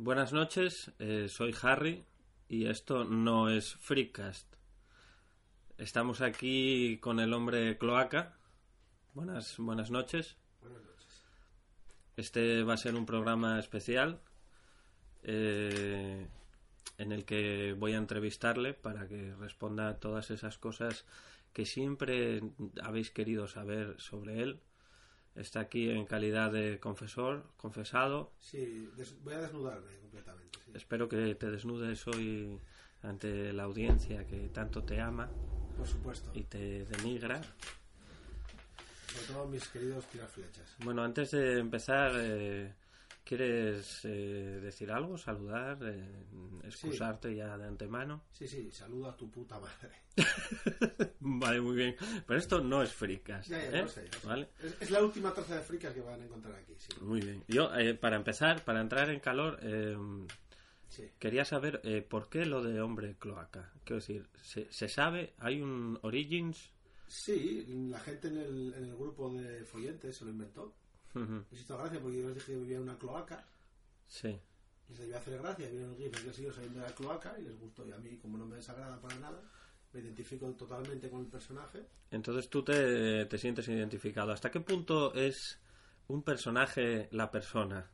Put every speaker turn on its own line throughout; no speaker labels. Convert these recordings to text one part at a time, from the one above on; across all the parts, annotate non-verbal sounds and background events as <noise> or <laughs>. Buenas noches, eh, soy Harry y esto no es Freecast. Estamos aquí con el hombre cloaca. Buenas, buenas noches. Este va a ser un programa especial eh, en el que voy a entrevistarle para que responda a todas esas cosas que siempre habéis querido saber sobre él. Está aquí en calidad de confesor, confesado.
Sí, des- voy a desnudarme completamente. sí.
Espero que te desnudes hoy ante la audiencia que tanto te ama
Por supuesto.
y te denigra.
Sobre todo mis queridos tiraflechas.
Bueno, antes de empezar, eh, ¿quieres eh, decir algo? ¿Saludar? eh, ¿Excusarte ya de antemano? <laughs>
Sí, sí, saluda a tu puta <laughs> madre.
Vale, muy bien. Pero esto no es fricas.
Ya, ya,
¿eh?
lo sé, lo sé.
¿Vale?
Es, es la última traza de fricas que van a encontrar aquí. Sí,
Muy bien. Yo, eh, para empezar, para entrar en calor, eh,
sí.
quería saber eh, por qué lo de hombre cloaca. Quiero decir, ¿se, se sabe? ¿Hay un Origins? <laughs>
Sí, la gente en el, en el grupo de follentes se lo inventó.
Ujú,
Les hizo gracia porque yo les dije que vivía en una cloaca.
sí.
Les debió hacer gracia. Vieron el gif del sigo saliendo de la cloaca y les gustó. Y a mí, como no me desagrada para nada, me identifico totalmente con el personaje.
Entonces tú te, te sientes identificado. ¿Hasta qué punto es un personaje la persona?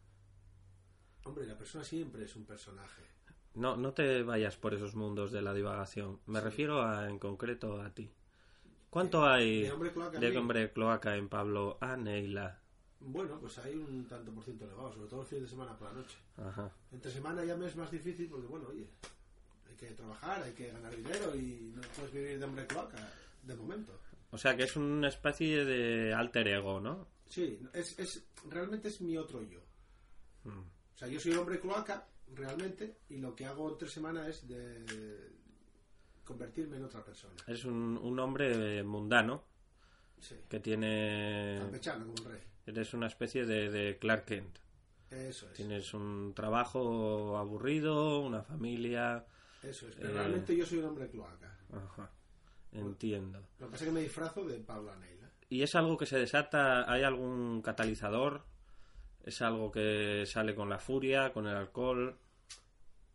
Hombre, la persona siempre es un personaje.
No, no te vayas por esos mundos de la divagación. Me refiero a, en concreto a ti. ¿Cuánto hay
Eh, de hombre cloaca en
de
mí?
hombre cloaca en Pablo a Neila?
Bueno, pues hay un tanto por ciento elevado, sobre todo los fines de semana por la noche.
Ajá.
Entre semana ya me es más difícil porque, bueno, oye, hay que trabajar, hay que ganar dinero y no puedes vivir de hombre cloaca, de momento.
O sea que es una especie de alter ego, ¿no?
Sí, es, es, realmente es mi otro yo. O sea, yo soy el hombre cloaca, realmente, y lo que hago entre semana es de convertirme en otra persona.
Es un, un hombre mundano
Sí,
que tiene...
campechano como un rey.
Eres una especie de, de Clark Kent.
Eso es.
Tienes un trabajo aburrido, una familia...
Eso es. Pero
Eh.
realmente yo soy el hombre cloaca.
Ajá. Entiendo.
Lo que pasa es que me disfrazo de Paula Neila.
¿Y es algo que se desata? ¿Hay algún catalizador? ¿Es algo que sale con la furia, con el alcohol?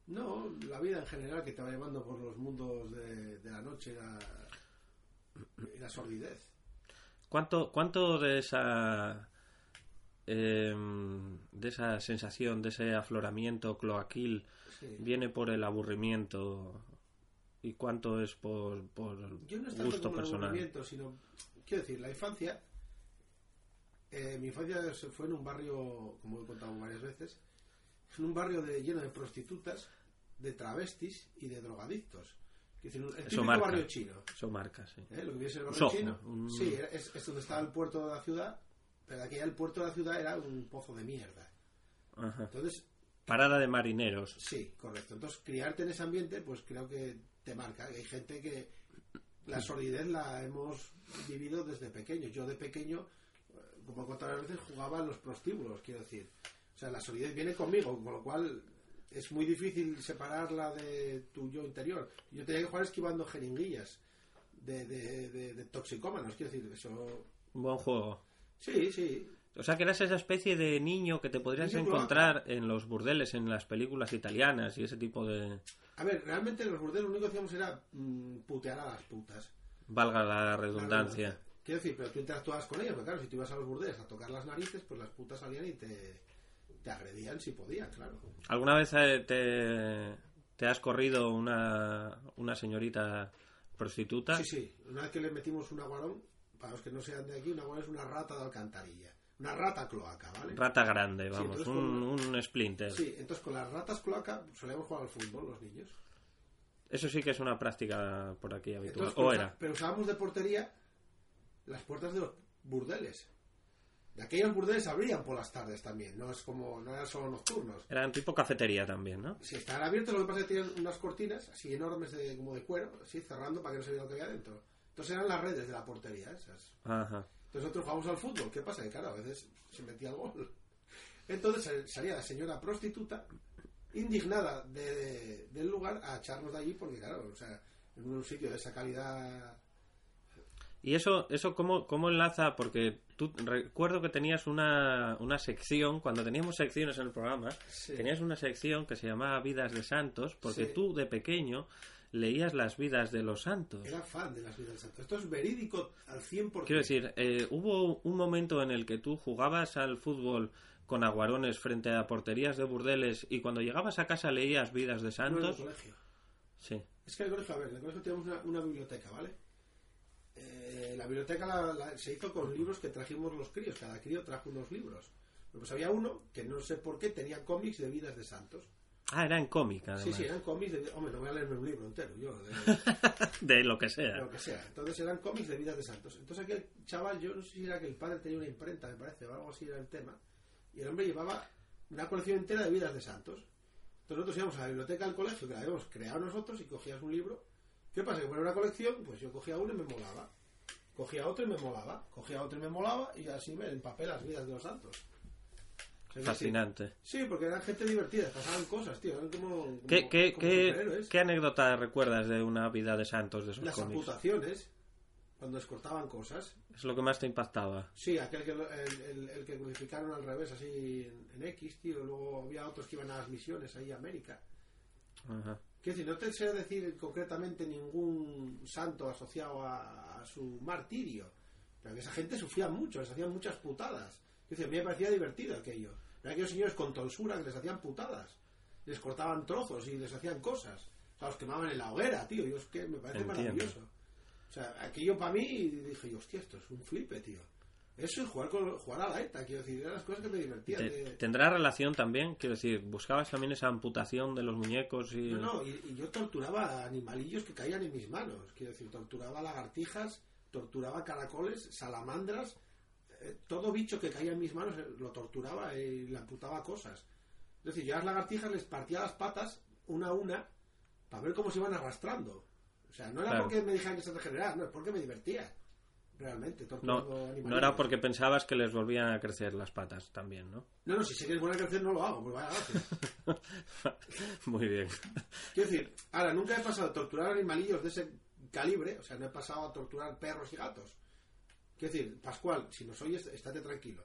No, la vida en general que te va llevando por los mundos de, de la noche y la, y la sordidez.
¿Cuánto, cuánto de esa em, de esa sensación, de ese afloramiento cloaquil
Sí.
viene por el aburrimiento y cuánto es por, por
Yo no es tanto
gusto
como el
personal?
aburrimiento, sino, quiero decir, la infancia, eh, mi infancia se fue en un barrio, como he contado varias veces, en un barrio de, lleno de prostitutas, de travestis y de drogadictos. Quiero decir, el típico
marca.
barrio chino.
Eso marca, sí.
¿eh? Lo que hubiese el
Un
barrio
sojo,
chino.
un-
Sí, era- es, es donde estaba el puerto de la ciudad, pero aquí el puerto de la ciudad era un pozo de mierda.
Ajá.
Entonces,
Parada de marineros.
Sí, correcto. Entonces, criarte en ese ambiente, pues creo que te marca. Hay gente que la sordidez la hemos vivido desde pequeño. Yo de pequeño, eh, como he contado varias veces, jugaba en los prostíbulos, quiero decir. O sea, la sordidez viene conmigo, con lo cual es muy difícil separarla de tu yo interior. Yo tenía que jugar esquivando jeringuillas de, de, de- de toxicómanos, quiero decir, eso...
Un buen juego.
Sí, sí.
O sea, que eras esa especie de niño que te podrías
Niño
encontrar en los burdeles, en las películas italianas y ese tipo de...
A ver, realmente en los burdeles lo único que hacíamos era mm, putear a las putas.
Valga la redundancia.
Quiero decir, pero tú interactuabas con ellas, pero claro, si tú ibas a los burdeles a tocar las narices, pues las putas salían y te, te agredían si podían, claro.
¿Alguna vez eh, te, te has corrido una, una señorita prostituta?
Sí, sí, una vez que le metimos un aguarón, para los que no sean de aquí, un aguarón es una rata de alcantarilla, una rata cloaca, ¿vale?
Rata grande, vamos,
entonces
un, un splinter.
Sí, entonces con las ratas cloaca solíamos jugar al fútbol los niños.
Eso sí que es una práctica por aquí habitual.
Entonces,
¿O
pero,
era?
pero usábamos de portería las puertas de los burdeles. De aquellos burdeles abrían por las tardes también, no es como, no eran solo nocturnos.
Eran tipo cafetería también, ¿no?
Si estaban abiertos, lo que pasa es que tenían unas cortinas así enormes de, como de cuero, así cerrando para que no se viera lo que había dentro. Entonces eran las redes de la portería esas.
Ajá.
Entonces nosotros jugamos al fútbol, ¿qué pasa? Que claro, a veces se metía el gol. Entonces sal- salía la señora prostituta, indignada de- de- del lugar, a echarnos de allí, porque claro, o sea, en un sitio de esa calidad
¿Y eso, eso cómo, cómo enlaza? Porque tú recuerdo que tenías una, una sección, cuando teníamos secciones en el programa,
Sí.
tenías una sección que se llamaba Vidas de Santos, porque
Sí.
tú de pequeño leías las vidas de los santos.
Era fan de las vidas del santo. Esto es verídico al 100%.
Quiero decir, eh, hubo un momento en el que tú jugabas al fútbol con aguarones frente a porterías de burdeles y cuando llegabas a casa leías vidas de
No en el
santos.
colegio.
Sí.
Es que en el colegio, a ver, en el colegio teníamos una, una biblioteca, ¿vale? Eh, la biblioteca la- la- se hizo con libros que trajimos los críos. Cada crío trajo unos libros. Pero Pues había uno que no sé por qué tenía cómics de vidas de santos.
Ah, era en cómic, además.
Sí, sí, eran cómics de. Hombre, no voy a leerme un libro entero, yo. de-
De lo que sea.
lo que sea. Entonces eran cómics de vidas de santos. Entonces aquel chaval, yo no sé si era que el padre tenía una imprenta, me parece, o algo así era el tema, y el hombre llevaba una colección entera de vidas de santos. Entonces nosotros íbamos a la biblioteca del colegio, que la habíamos creado nosotros, y cogías un libro. ¿Qué pasa? Que poner una colección, pues yo cogía uno y me molaba. Cogía otro y me molaba. Cogía otro y me molaba, y así me empapé las vidas de los santos. O sea, que sí.
Fascinante.
Sí, porque eran gente divertida, pasaban cosas, tío. Eran como. como-
¿Qué, qué,
como
qué,
superhéroes.
qué anécdota recuerdas de una vida de santos de esos
Las
cómics?
amputaciones, cuando les cortaban cosas.
Es lo que más te impactaba.
Sí, aquel que, lo- el, el- el que crucificaron al revés, así en, en X, tío. Luego había otros que iban a las misiones ahí a América.
Ajá.
Quiero decir, no te sé decir concretamente ningún santo asociado a, a su martirio. Pero que esa gente sufría mucho, les hacían muchas putadas. Quiero decir, a mí me parecía divertido aquello. Pero aquellos señores con tonsura que les hacían putadas. Les cortaban trozos y les hacían cosas. O sea, los quemaban en la hoguera, tío. Yo es que me parece
Entiendo.
maravilloso. O sea, aquello para mí dije, hostia, esto es un flipe, tío. Eso es jugar, con, jugar a la ETA, quiero decir, eran las cosas que me divertían.
Te-
de-
¿Tendrá relación también? Quiero decir, ¿buscabas también esa amputación de los muñecos y...?
No, no, y, y yo torturaba a animalillos que caían en mis manos. Quiero decir, torturaba lagartijas, torturaba caracoles, salamandras. eh, todo bicho que caía en mis manos eh, lo torturaba y le amputaba cosas. Es decir, yo a las lagartijas les partía las patas una a una para ver cómo se iban arrastrando. O sea, no era
Claro.
porque me dijeran que se regenerara, no, es porque me divertía. Realmente,
No,
torturando
no era porque pensabas que les volvían a crecer las patas también, ¿no? <laughs>
No, no, si sé que es buena canción no lo hago, pues vaya gracias.
Muy bien.
Quiero decir, ahora, nunca he pasado a torturar animalillos de ese calibre, o sea, no he pasado a torturar perros y gatos. Quiero decir, Pascual, si nos oyes, estate tranquilo.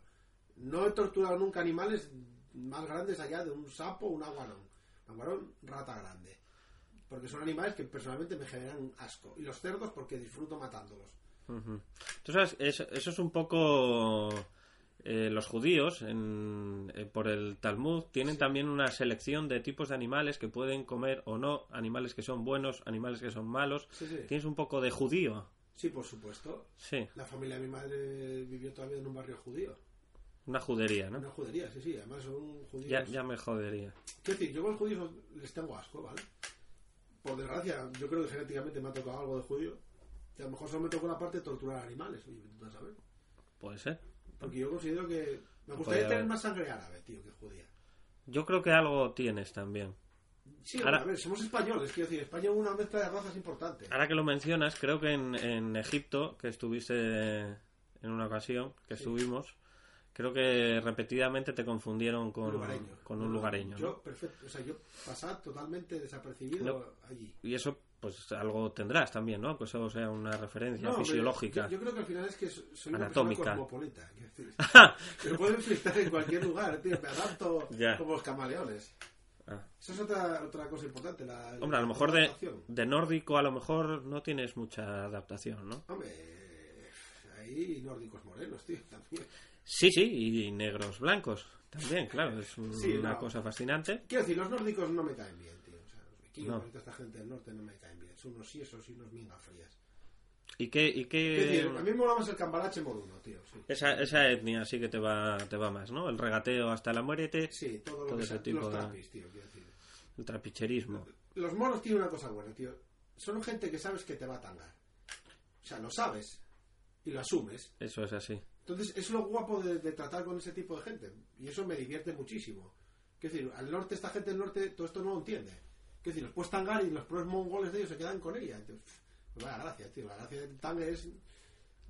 No he torturado nunca animales más grandes allá de un sapo o un aguarón. Aguarón, rata grande. Porque son animales que personalmente me generan asco. Y los cerdos porque disfruto matándolos.
Ujú. Tú sabes, eso, eso es un poco... eh, los judíos, en- eh, por el Talmud, tienen también una selección de tipos de animales que pueden comer o no, animales que son buenos, animales que son malos.
Sí, sí.
Tienes un poco de judío.
Sí, por supuesto.
Sí,
La familia de mi madre vivió todavía en un barrio judío.
una judería, ¿no?
Una judería, sí, sí. Además son judíos.
Ya, ya me jodería.
Quiero decir, yo con los judíos les tengo asco, ¿vale? Por desgracia, yo creo que genéticamente me ha tocado algo de judío. Y a lo mejor solo me tocó la parte de torturar animales, oye, tú sabes.
Puede ser.
Porque yo considero que. Me
Podría
gustaría tener
haber.
más sangre árabe, tío, que judía.
Yo creo que algo tienes también.
Sí,
Ahora-
a ver, somos españoles, quiero decir, España es una mezcla de razas importante.
Ahora que lo mencionas, creo que en, en Egipto, que estuviste en una ocasión, que estuvimos, creo que repetidamente te confundieron con,
lugareño.
con un lugareño. ¿no?
Yo, perfecto, o sea, yo pasaba totalmente desapercibido allí.
Y eso, pues algo tendrás también, ¿no? Que eso sea una referencia
hombre,
fisiológica.
Yo, yo creo que al final es que soy una
Anatómica.
persona cosmopolita. quiero decir. <laughs> Me puedo infiltrar en cualquier lugar, tío, me adapto
Ya.
como los camaleones.
Ah.
Esa es otra, otra cosa importante. La,
Hombre, a lo
la
mejor de,
adaptación.
de nórdico, a lo mejor no tienes mucha adaptación, ¿no?
Hombre, hay nórdicos morenos, tío, también.
Sí, sí, y negros blancos también, claro, es un-
Sí,
una
no.
cosa fascinante.
Quiero decir, los nórdicos no me caen bien, tío. O sea, los vikingos,
No.
toda esta gente del norte no me caen bien. Son unos siesos y unos mingas frías.
¿Y qué, y qué-
Quiero decir, a mí me mola más el cambalache moruno, tío. Sí,
Esa, esa etnia sí que te va, te va más, ¿no? El regateo hasta la muerte,
Sí, todo lo
Todo
que
ese
sea.
tipo
Los
de-
trapis, tío, quiero decir.
el trapicherismo.
Los moros tienen una cosa buena, tío. Son gente que sabes que te va a tangar. O sea, lo sabes y lo asumes.
Eso es así.
Entonces, es lo guapo de, de tratar con ese tipo de gente. Y eso me divierte muchísimo. Es decir, al norte, esta gente del norte, todo esto no lo entiende. Es decir, los pues tangar y los pros mongoles de ellos se quedan con ella. Entonces, pues, vaya gracia, tío. La gracia del tang es.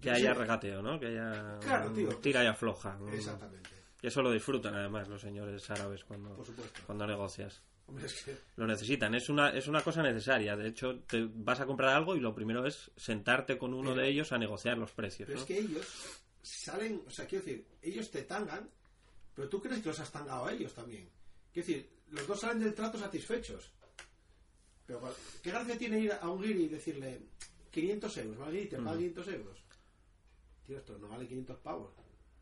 Que
no sé.
haya regateo, ¿no? Que haya
Claro,
un
tío.
tira y afloja. ¿no?
Exactamente.
Y eso lo disfrutan además los señores árabes cuando,
Por supuesto.
cuando negocias.
Hombre, es que.
Lo necesitan, es una, es una cosa necesaria. De hecho, te vas a comprar algo y lo primero es sentarte con uno
Pero-
de ellos a negociar los precios.
Pero
¿no?
es que ellos salen, o sea, quiero decir, ellos te tangan, pero tú crees que los has tangado a ellos también. Quiero decir, los dos salen del trato satisfechos. Pero cual- ¿qué gracia tiene ir a un guiri y decirle 500 euros, ¿vale? guiri? te
Mm.
paga 500 euros. Tío, esto no vale 500 pavos.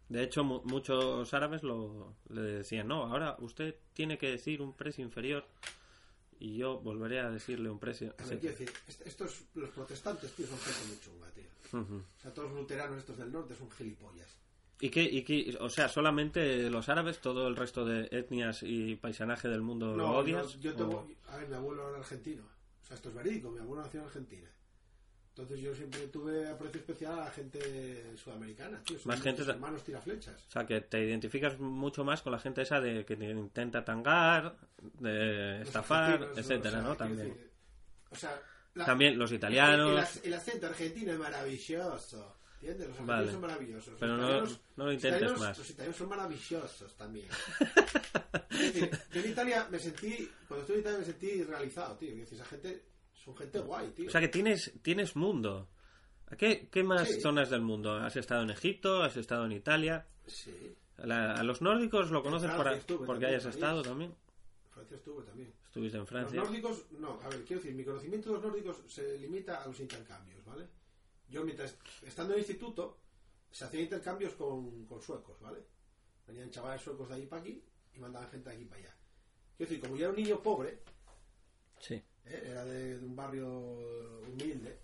De hecho, mu- muchos árabes lo, le decían, no, ahora usted tiene que decir un precio inferior y yo volveré a decirle un precio.
A ver,
etcétera.
quiero decir, est- estos, los protestantes, tío, son gente muy chunga, tío.
Ujú.
O sea, todos los luteranos estos del norte son gilipollas.
¿Y qué, y qué- o sea, solamente los árabes, todo el resto de etnias y paisanaje del mundo lo odias?
yo- yo tengo.
¿O-
A ver, mi abuelo era argentino. O sea, esto es verídico. Mi abuelo nació en Argentina. Entonces yo siempre tuve aprecio especial a la gente sudamericana, tío. Son
Más gente
mis
de-
hermanos tiraflechas.
O sea, que te identificas mucho más con la gente esa de que te intenta tangar, de
Los
estafar,
argentinos,
etcétera,
O sea,
¿no?
quiero
También.
decir, o sea, la-
También los
el- El,
italianos,
ac- el acento argentino es maravilloso. ¿Entiendes? Los argentinos
Vale.
son maravillosos.
Pero
los
no-
italianos-
no lo
los
intentes
italianos-
más.
Los italianos son maravillosos
<laughs>
también. Es decir, yo en Italia me sentí, cuando estuve en Italia me sentí realizado, tío. Quiero decir, esa gente, son gente guay, tío.
o sea, que tienes, tienes mundo. ¿A qué, qué más
Sí.
zonas del mundo? ¿Has estado en Egipto? ¿Has estado en Italia?
Sí,
A la- a los nórdicos lo conoces por-
Francia estuve
porque
también,
hayas
París.
estado también.
Francia estuvo también.
Estuviste en
Los
Francia.
nórdicos, no, a ver, quiero decir, mi conocimiento de los nórdicos se limita a los intercambios, ¿vale? Yo mientras, estando en el instituto, se hacían intercambios con, con suecos, ¿vale? Venían chavales suecos de allí para aquí y mandaban gente de aquí para allá. Quiero decir, como yo era un niño pobre,
Sí.
¿eh? era de, de un barrio humilde,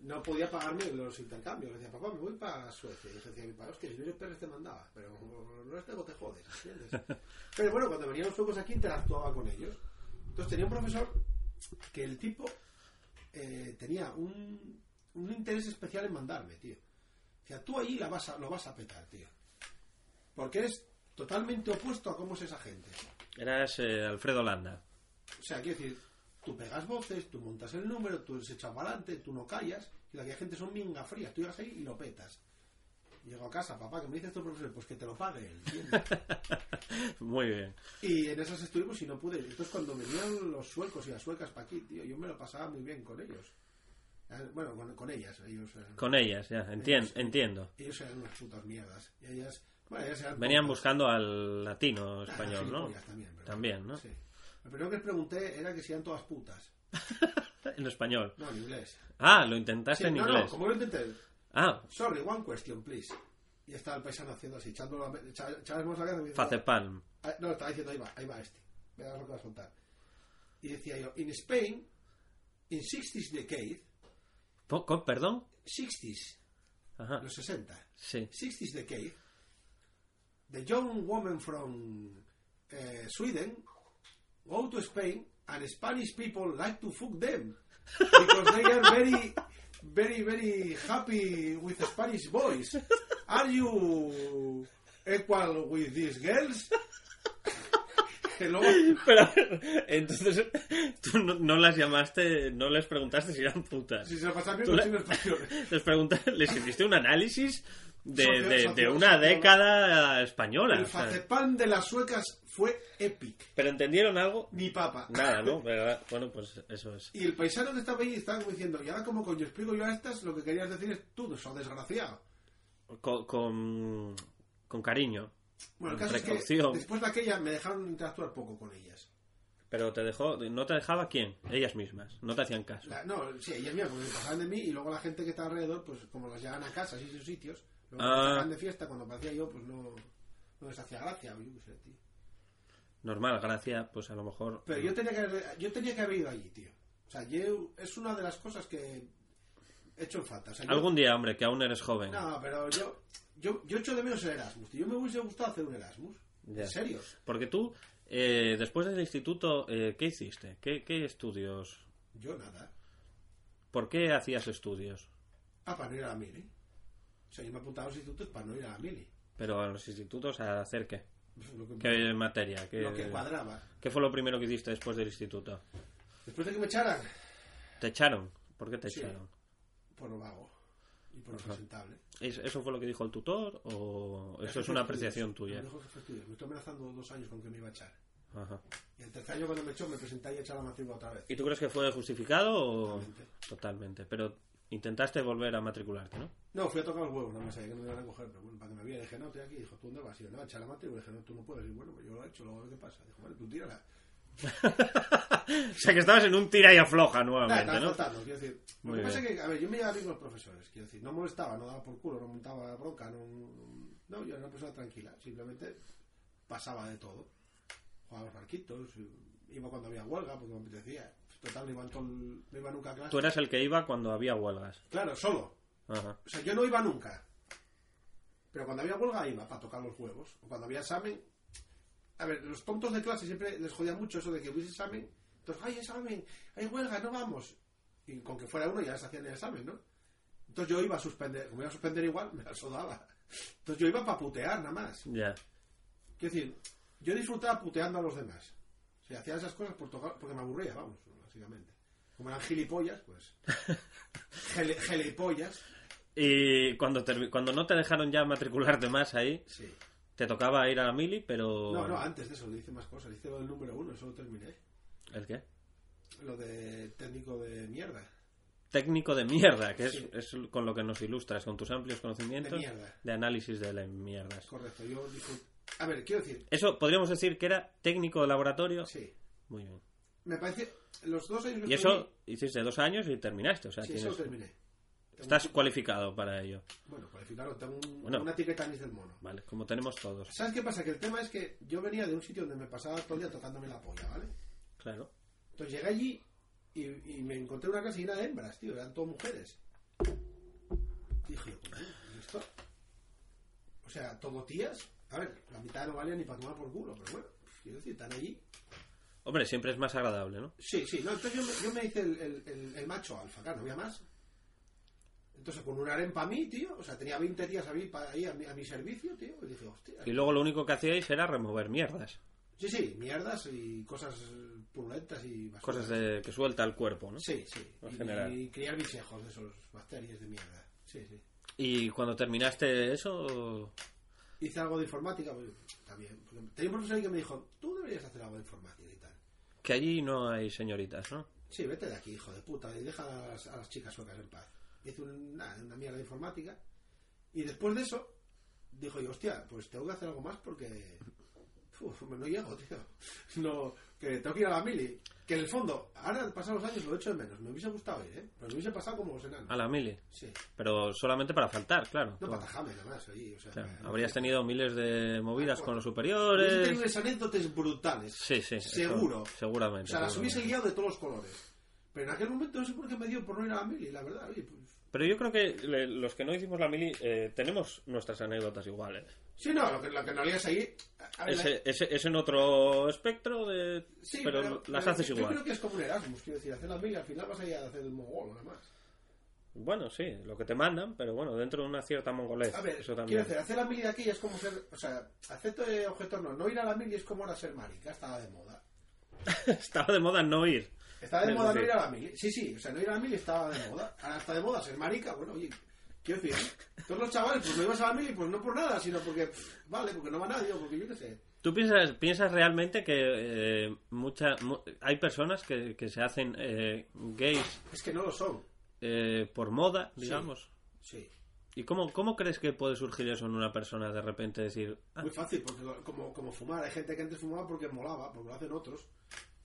no podía pagarme los intercambios. Le decía, papá, me voy para Suecia. Y yo decía, mi padre, hostia, si no eres Pérez te mandaba, pero no es tengo, te jodes, ¿entiendes? pero bueno, cuando venían los suecos aquí interactuaba con ellos. Entonces tenía un profesor que el tipo eh, tenía un, un interés especial en mandarme, tío. Decía, tú allí la vas a, lo vas a petar, tío. Porque eres totalmente opuesto a cómo es esa gente.
Eras eh, Alfredo Landa.
O sea, quiero decir, tú pegas voces, tú montas el número, tú eres echado para adelante, tú no callas, y la que hay gente son minga frías. Tú llegas ahí y lo petas. Llego a casa, papá, que me dices tu profesor, pues que te lo pague él. ¿entiendes?
Muy bien.
y en esas estuvimos y no pude. ir. Entonces, cuando venían los suecos y las suecas para aquí, tío, yo me lo pasaba muy bien con ellos. Eh, Bueno, con, con ellas. Ellos eran,
Con ellas, ya. Entien,
Ellos-
entiendo.
ellos eran unas putas mierdas. Y ellas, bueno, ellas eran
Venían
tontas.
buscando al latino
Ah,
español, ¿no?
gilipollas También, ¿verdad?
También, ¿no?
Sí. Lo primero que les pregunté era que si eran todas putas.
En español.
No, en inglés.
Ah, lo intentaste
Sí,
en
no, no,
inglés.
como lo intenté.
Ah,
Sorry, one question, please. Y estaba el paisano haciendo así, echando la, echa- echábamos la cabeza. y decía,
facepalm.
"Ah, No, estaba diciendo, ahí va, ahí va este. Verás lo que vas a contar. Y decía yo, in Spain, in 60s decade,
Po- ¿Con perdón?
60s,
Ajá.
los 60, <laughs>
Sí.
60s decade, the young woman from eh, Sweden go to Spain and Spanish people like to fuck them because they are very, very, very happy with Spanish boys. Are you equal with these girls? Hello.
Pero, entonces, <laughs> tú no, no las llamaste, no les preguntaste si eran putas.
Si se lo pasan bien, pues
Tú
no
le-
tiene español.
Les preguntaste, les hiciste un análisis de,
Socio-
de- de
socio-
una
socio-
década española.
El
o sea.
facepán de las suecas fue epic.
Pero entendieron algo.
Ni papa.
Nada, ¿no? ¿Verdad? Bueno, pues eso es.
Y el paisano que estaba ahí estaba como diciendo, y ahora como coño explico yo a estas, lo que querías decir es tú, sos desgraciado.
Con, con, con cariño.
Bueno, el
Con
caso es que
precaución.
después de aquella me dejaron interactuar poco con ellas.
Pero te dejó, no te dejaba quién, ellas mismas, no te hacían caso.
La- no, sí, ellas mías, porque pasaban de mí y luego la gente que estaba alrededor, pues como las llevaban a casa y sus sitios, luego
Ah.
me sacaban de fiesta cuando parecía yo, pues no, no les hacía gracia, o yo qué sé, tío.
Normal, gracia, pues a lo mejor.
Pero yo tenía que haber, yo tenía que haber ido allí, tío. O sea, yo, es una de las cosas que he hecho en falta. O sea, yo-
Algún día, hombre, que aún eres joven.
No, pero yo, yo, yo echo de menos el Erasmus, tío. Yo me hubiese gustado hacer un Erasmus.
Ya.
En serio.
Porque tú, eh, después del instituto, eh, ¿qué hiciste? ¿Qué, qué estudios?
Yo nada.
¿Por qué hacías estudios?
Ah, para no ir a la mili. O sea, yo me apuntaba a los institutos para no ir a la mili.
Pero a los institutos, ¿a hacer qué?
Lo que,
¿Qué materia? ¿Qué,
lo que cuadraba.
¿Qué fue lo primero que hiciste después del instituto?
Después de que me echaran,
¿Te echaron? ¿Por qué te
Sí.
echaron?
por pues lo vago y por lo presentable.
¿Es- ¿Eso fue lo que dijo el tutor o eso es
Jefe
una
de estudios,
apreciación tuya?
el jefe de estudios. Me estoy amenazando dos años con que me iba a echar.
Ajá.
Y el tercer año cuando me echó me presenté y eché la matrícula otra vez.
¿Y tú crees que fue justificado o...?
Totalmente.
Totalmente. Pero intentaste volver a matricularte, ¿no? <laughs>
No, fui a tocar los huevos, no me sabía que no me iban a coger, pero bueno, para que me viera, dije, no, estoy aquí, dijo, ¿tú dónde vas? Y yo, no, echa la matrícula, dije, no, tú no puedes, y bueno, pues yo lo he hecho, luego a ver qué pasa. Dijo, vale, tú tírala.
O sea, que estabas en un tira y afloja
Nada,
nuevamente,
estaba
¿no?
faltando, quiero decir. Lo
Muy
que pasa es
bien.
que, a ver, yo me llevaba bien con los profesores, quiero decir, no molestaba, no daba por culo, no montaba bronca, no. No, yo era una persona tranquila, simplemente pasaba de todo. Jugaba a los barquitos, iba cuando había huelga, porque me apetecía. Pues Total, no iba, en todo el- no iba nunca a clase.
Tú eras el que iba cuando había huelgas.
Claro, solo.
Ajá.
O sea, yo no iba nunca. Pero cuando había huelga iba para tocar los huevos. O cuando había examen. A ver, los tontos de clase siempre les jodía mucho eso de que hubiese examen. Entonces, ¡ay, examen! ¡Hay huelga! ¡No vamos! Y con que fuera uno ya les hacían el examen, ¿no? Entonces yo iba a suspender. Como iba a suspender igual, me la sudaba. Entonces yo iba para putear nada más.
Ya.
Quiero decir, yo disfrutaba puteando a los demás. O sea, hacía esas cosas por tocar, porque me aburría, vamos, básicamente. Como eran gilipollas, pues. Gele- Gelepollas,
Y cuando, te- cuando no te dejaron ya matricularte más ahí,
sí.
te tocaba ir a la mili, pero...
No, no, antes de eso le hice más cosas. Le hice lo del número uno, eso lo terminé.
¿El qué?
Lo de técnico de mierda.
Técnico de mierda, que es,
Sí.
es con lo que nos ilustras, con tus amplios conocimientos
De mierda.
de análisis de las mierdas.
Correcto, yo disfruté. A ver, quiero decir,
Eso podríamos decir que era técnico de laboratorio.
sí.
Muy bien.
Me parece. Los dos años que
Y
estuve-
eso hiciste dos años y terminaste. O sea,
Sí,
tienes-
eso lo terminé. Tengo
estás
un-
cualificado para ello.
Bueno, cualificarlo, tengo un-
Bueno.
una etiqueta Miss del mono.
Vale, como tenemos todos.
¿Sabes qué pasa? Que el tema es que yo venía de un sitio donde me pasaba todo el día tocándome la polla, ¿vale?
Claro.
Entonces llegué allí y, y me encontré una clase llena de hembras, tío, eran todas mujeres. Y dije, "Joder, ¿y esto? O sea, todo tías. A ver, la mitad no valía ni para tomar por culo, pero bueno, pues, quiero decir, están allí.
Hombre, siempre es más agradable, ¿no?
Sí, sí, no, entonces yo me, yo me hice el, el- el- el macho alfa, claro, no había más. Entonces, con un harem para mí, tío, o sea, tenía 20 días a mí, para, ahí a mi, a mi servicio, tío, y dije, hostia.
Y luego lo único que hacíais era remover mierdas.
Sí, sí, mierdas y cosas eh, purulentas y basuras.
Cosas de, que suelta el cuerpo, ¿no?
Sí, sí.
En
Y,
general.
y criar bichejos de esos bacterias de mierda. Sí, sí.
Y cuando terminaste eso...
Hice algo de informática pues, también. porque Tenía un profesor ahí que me dijo, tú deberías hacer algo de informática y tal.
Que allí no hay señoritas, ¿no?
Sí, vete de aquí, hijo de puta, y deja a las, a las chicas suecas en paz. Hice una, una mierda de informática. Y después de eso, dijo yo, hostia, pues tengo que hacer algo más porque... Uf, no llego, tío. <laughs> No, que tengo que ir a la mili. Que en el fondo, ahora han pasado los años, lo he hecho de menos. Me hubiese gustado ir, ¿eh? Pero me hubiese pasado como los
A
enanos.
la mili.
Sí.
Pero solamente para faltar, claro.
No,
Claro.
patajame, nada más, allí. O sea,
Claro,
no
Habrías
sé.
tenido miles de movidas
Ah,
con los
Hubiese
superiores.
tenido unas anécdotas brutales.
Sí, sí. eso-
Seguro.
seguramente.
O sea, las
seguramente.
hubiese guiado de todos los colores. Pero en aquel momento no sé por qué me dio por no ir a la mili, la verdad. oye, pues-
Pero yo creo que le- los que no hicimos la mili eh, tenemos nuestras anécdotas ¿eh? iguales.
Sí, no, lo que, lo que en realidad es ahí. a- a ver, la-
Es, es- es en otro espectro, de,
sí,
pero, las haces
yo
igual.
creo que es como un Erasmus, quiero decir, hacer la mili al final vas a ir a hacer el mogol, nada más.
Bueno, sí, lo que te mandan, pero bueno, dentro de una cierta mongolés.
A ver,
eso
quiero
también.
decir, hacer la mili de aquí es como ser. O sea, acepto de objetos no. No ir a la mili es como ahora ser marica, estaba de moda.
<laughs> Estaba de moda no ir.
Estaba de
Es
moda no
decir,
ir a la mili. Sí, sí, o sea, no ir a la mili estaba de moda. Ahora está de moda ser marica, bueno, oye, quiero decir, todos los chavales, pues no ibas a la mili, pues no por nada, sino porque, pff, vale, porque no va nadie, o porque yo qué sé.
¿Tú piensas, piensas realmente que eh, mucha- mu- hay personas que, que se hacen eh, gays
Es que no lo son.
eh, por moda, digamos?
Sí.
¿Y cómo, cómo crees que puede surgir eso en una persona de repente decir, ah,
Muy fácil, porque lo- como, como fumar, hay gente que antes fumaba porque molaba, porque lo hacen otros.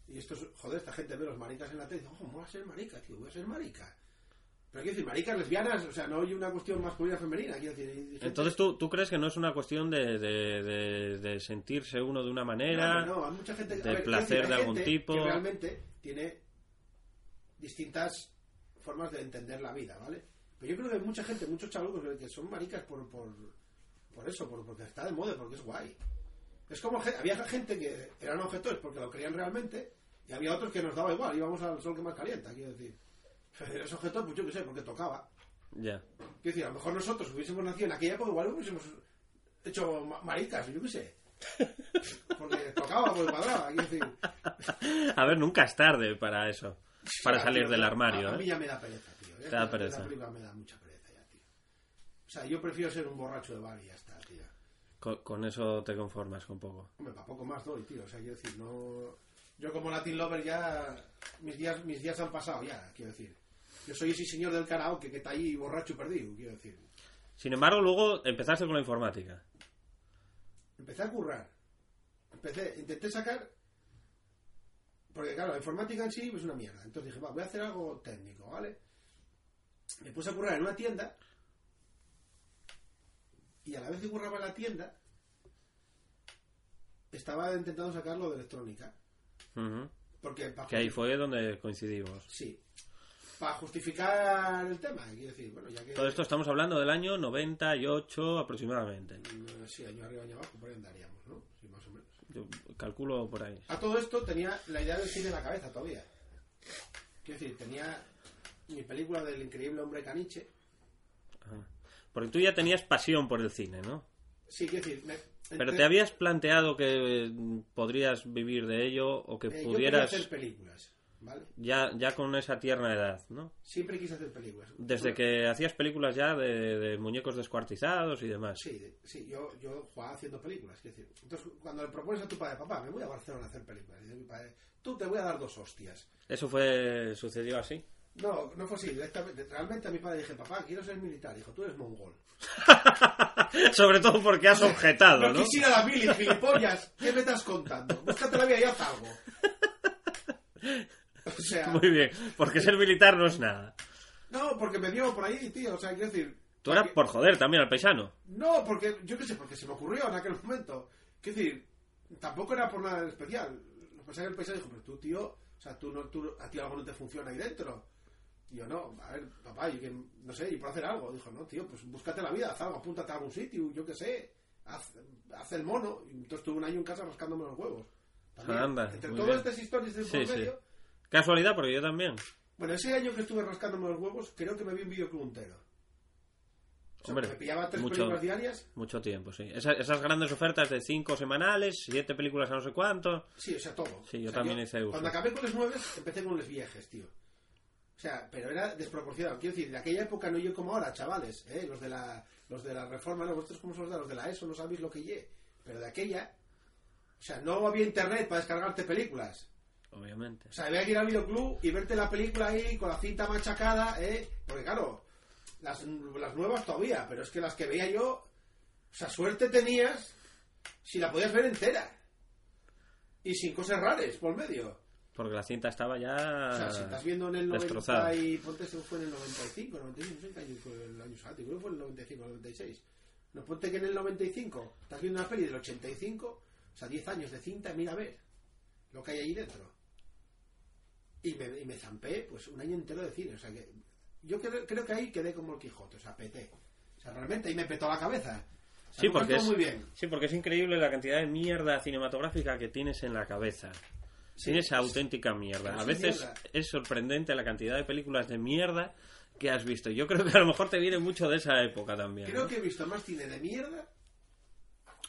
Y esto es, joder, esta gente ve los maricas en la tele y dice, ojo, mola ser marica, tío, voy a ser marica. Pero quiero decir, maricas lesbianas, o sea, no hay una cuestión masculina femenina, quiero decir. hay gente-
Entonces ¿tú, tú crees que no es una cuestión de, de- de- de sentirse uno de una manera.
No, no, hay mucha gente
de
quiero
placer
decir, hay
de algún
gente
tipo.
Que realmente tiene distintas formas de entender la vida, ¿vale? Pero yo creo que hay mucha gente, muchos chalucos que- que son maricas por, por, por eso, por, porque está de moda, porque es guay. Es como ge- había gente que eran objetores porque lo creían realmente y había <laughs> otros que nos daba igual, íbamos al sol que más calienta, quiero decir. Eres objetor, pues yo qué sé, porque tocaba.
Ya.
Quiero decir, a lo mejor nosotros hubiésemos nacido en aquella época, igual hubiésemos hecho ma- maricas, yo qué sé. Porque tocaba por el cuadrado, quiero decir.
A ver, nunca es tarde para eso. Para
Ya,
salir
tío,
del
a-
armario,
A mí
¿eh?
ya me da pereza, tío. Ya
Te da
que la-
pereza.
La prima me da mucha pereza ya, tío. O sea, yo prefiero ser un borracho de bar y ya está, tío.
Con, con eso te conformas un poco.
Hombre, para poco más doy, tío. O sea, quiero decir, no... Yo como Latin Lover ya... Mis días, mis días han pasado ya, quiero decir. Yo soy ese señor del karaoke que está ahí borracho y perdido, quiero decir.
Sin embargo, luego empezaste con la informática.
Empecé a currar. Empecé, intenté sacar... Porque claro, la informática en sí es una mierda. Entonces dije, va, voy a hacer algo técnico, ¿vale? Me puse a currar en una tienda. Y a la vez que curraba en la tienda, estaba intentando sacar lo de electrónica.
Ujú.
Porque para
Que ahí fue donde coincidimos.
Sí. Para justificar el tema, quiero decir, bueno, ya que.
Todo esto estamos hablando del año 98 aproximadamente.
Mm, Sí, año arriba, año abajo, por ahí andaríamos, ¿no? Sí, más o menos.
Yo calculo por ahí.
A todo esto tenía la idea del cine en la cabeza todavía. Quiero decir, tenía mi película del increíble hombre caniche.
Ajá. Porque tú ya tenías pasión por el cine, ¿no?
Sí, quiero decir. me- eh,
Pero
entre-
te habías planteado que eh, podrías vivir de ello o que
eh, yo quería
pudieras
hacer películas, ¿vale?
ya, ya con esa tierna edad, ¿no?
Siempre quise hacer películas.
Desde que hacías películas ya de, de muñecos descuartizados y demás.
Sí, de- sí, yo, yo jugaba haciendo películas. quiero decir. Entonces, cuando le propones a tu padre, papá, me voy a Barcelona a hacer películas, dice mi padre, tú te voy a dar dos hostias.
Eso fue sucedió así. <laughs>
No, no fue así. directamente. Realmente a mi padre dije, papá, quiero ser militar. Dijo, tú eres mongol.
Sobre todo porque has objetado,
No,
¿no?
quisiera la mili, gilipollas. ¿Qué me estás contando? Búscate la vida y haz algo. O
<laughs>
sea,
Muy bien, porque ser militar no es nada.
no, porque me dio por ahí, tío. O sea, quiero decir...
Tú eras
porque-
por joder también al paisano.
No, porque yo qué sé, porque se me ocurrió en aquel momento. Quiero decir, tampoco era por nada en especial. Lo que pasa es que el paisano dijo, pero tú, tío, o sea, tú, no, tú, a ti algo no te funciona ahí dentro. Y yo, no, a ver, papá, yo que, no sé, yo puedo hacer algo. Dijo, no, tío, pues búscate la vida, haz algo, apúntate a algún sitio, yo qué sé, haz, haz el mono. Y entonces estuve un año en casa rascándome los huevos. También,
Anda,
entre
muy
todas
bien.
estas historias de
Sí,
por
sí.
medio,
Casualidad, porque yo también.
bueno, ese año que estuve rascándome los huevos, creo que me vi un videoclub entero. O sea,
Hombre,
que me pillaba tres
mucho-
películas diarias
Mucho tiempo, sí. Esa- esas grandes ofertas de cinco semanales, siete películas a no sé cuánto.
Sí, o sea, todo.
Sí, yo
O sea,
también hice uso.
Cuando acabé con los nueves, empecé con los viejes, tío. O sea, pero era desproporcionado. Quiero decir, de aquella época no yo como ahora, chavales, ¿eh? Los de la, los de la reforma, ¿no? vosotros cómo sois de los de la ESO, no sabéis lo que lle. Pero de aquella, o sea, no había internet para descargarte películas.
Obviamente.
O sea, había que ir al videoclub y verte la película ahí con la cinta machacada, ¿eh? Porque claro, las, las nuevas todavía, pero es que las que veía yo, o sea, suerte tenías si la podías ver entera. Y sin cosas raras por medio.
Porque la cinta estaba ya.
O sea, si estás viendo en el 90
destrozada.
y ponte eso fue en el 95, 95, no sé qué año fue el año santo, creo que fue el 95, 96. No ponte que en el 95 estás viendo una peli del 85, o sea, 10 años de cinta, mira a ver lo que hay ahí dentro. Y me, y me zampé pues un año entero de cine, o sea que yo creo, creo que ahí quedé como el Quijote, o sea, peté. O sea, realmente ahí me petó la cabeza. O sea,
Sí,
me
porque
faltó
es,
muy bien.
sí, porque es increíble la cantidad de mierda cinematográfica que tienes en la cabeza.
Sí.
tienes auténtica mierda.
Pero
A
sí,
veces
mierda.
es sorprendente la cantidad de películas de mierda que has visto. Yo creo que a lo mejor te viene mucho de esa época también.
Creo
¿no?
que he visto más cine de mierda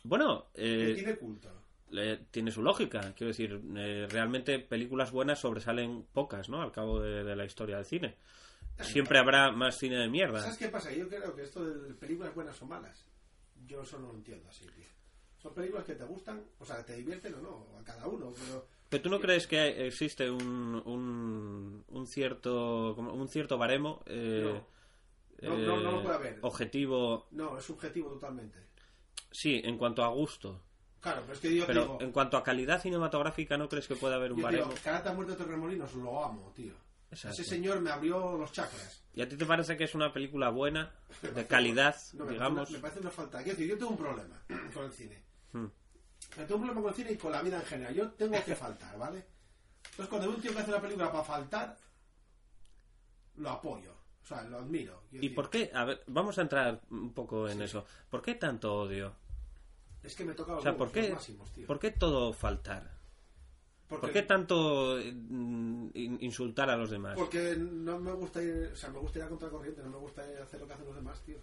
Bueno,
que
eh,
cine culto.
eh, tiene su lógica. Quiero decir, eh, realmente películas buenas sobresalen pocas, ¿no? Al cabo de, de la historia del cine. Siempre habrá más cine de mierda.
¿Sabes qué pasa? Yo creo que esto de películas buenas o malas, yo eso no lo entiendo así, tío. Son películas que te gustan, o sea, te divierten o no, a cada uno, pero
¿Pero tú no crees que existe un, un, un cierto como un cierto baremo eh,
No. No, no, no lo
eh,
puede haber.
objetivo?
no, es subjetivo totalmente.
Sí, en cuanto a gusto.
Claro, pero es que yo
Pero
digo,
en cuanto a calidad cinematográfica, ¿no crees que pueda haber un
yo digo,
baremo?
Carata Muerte de Torremolinos, lo amo, tío.
Exacto.
Ese señor me abrió los chakras.
¿Y a ti te parece que es una película buena,
Me
de
parece-
calidad,
no, me
digamos?
Parece una, me parece una falta. Quiero decir, yo tengo un problema <clears throat> con el cine.
Hmm.
Yo tengo un problema con el cine y con la vida en general. Yo tengo que faltar, ¿vale? Entonces, cuando veo un tío que hace una película para faltar, lo apoyo. O sea, lo admiro. Quiero
¿Y
decir,
por qué? A ver, vamos a entrar un poco en eso. ¿Por qué tanto odio?
Es que me toca
O
los,
sea,
huevos,
¿por qué,
los máximos, tío.
¿por qué todo faltar?
Porque-
¿Por qué tanto eh, mm, in- insultar a los demás.
Porque no me gusta ir, o sea, me gusta ir a contracorriente, no me gusta hacer lo que hacen los demás, tío.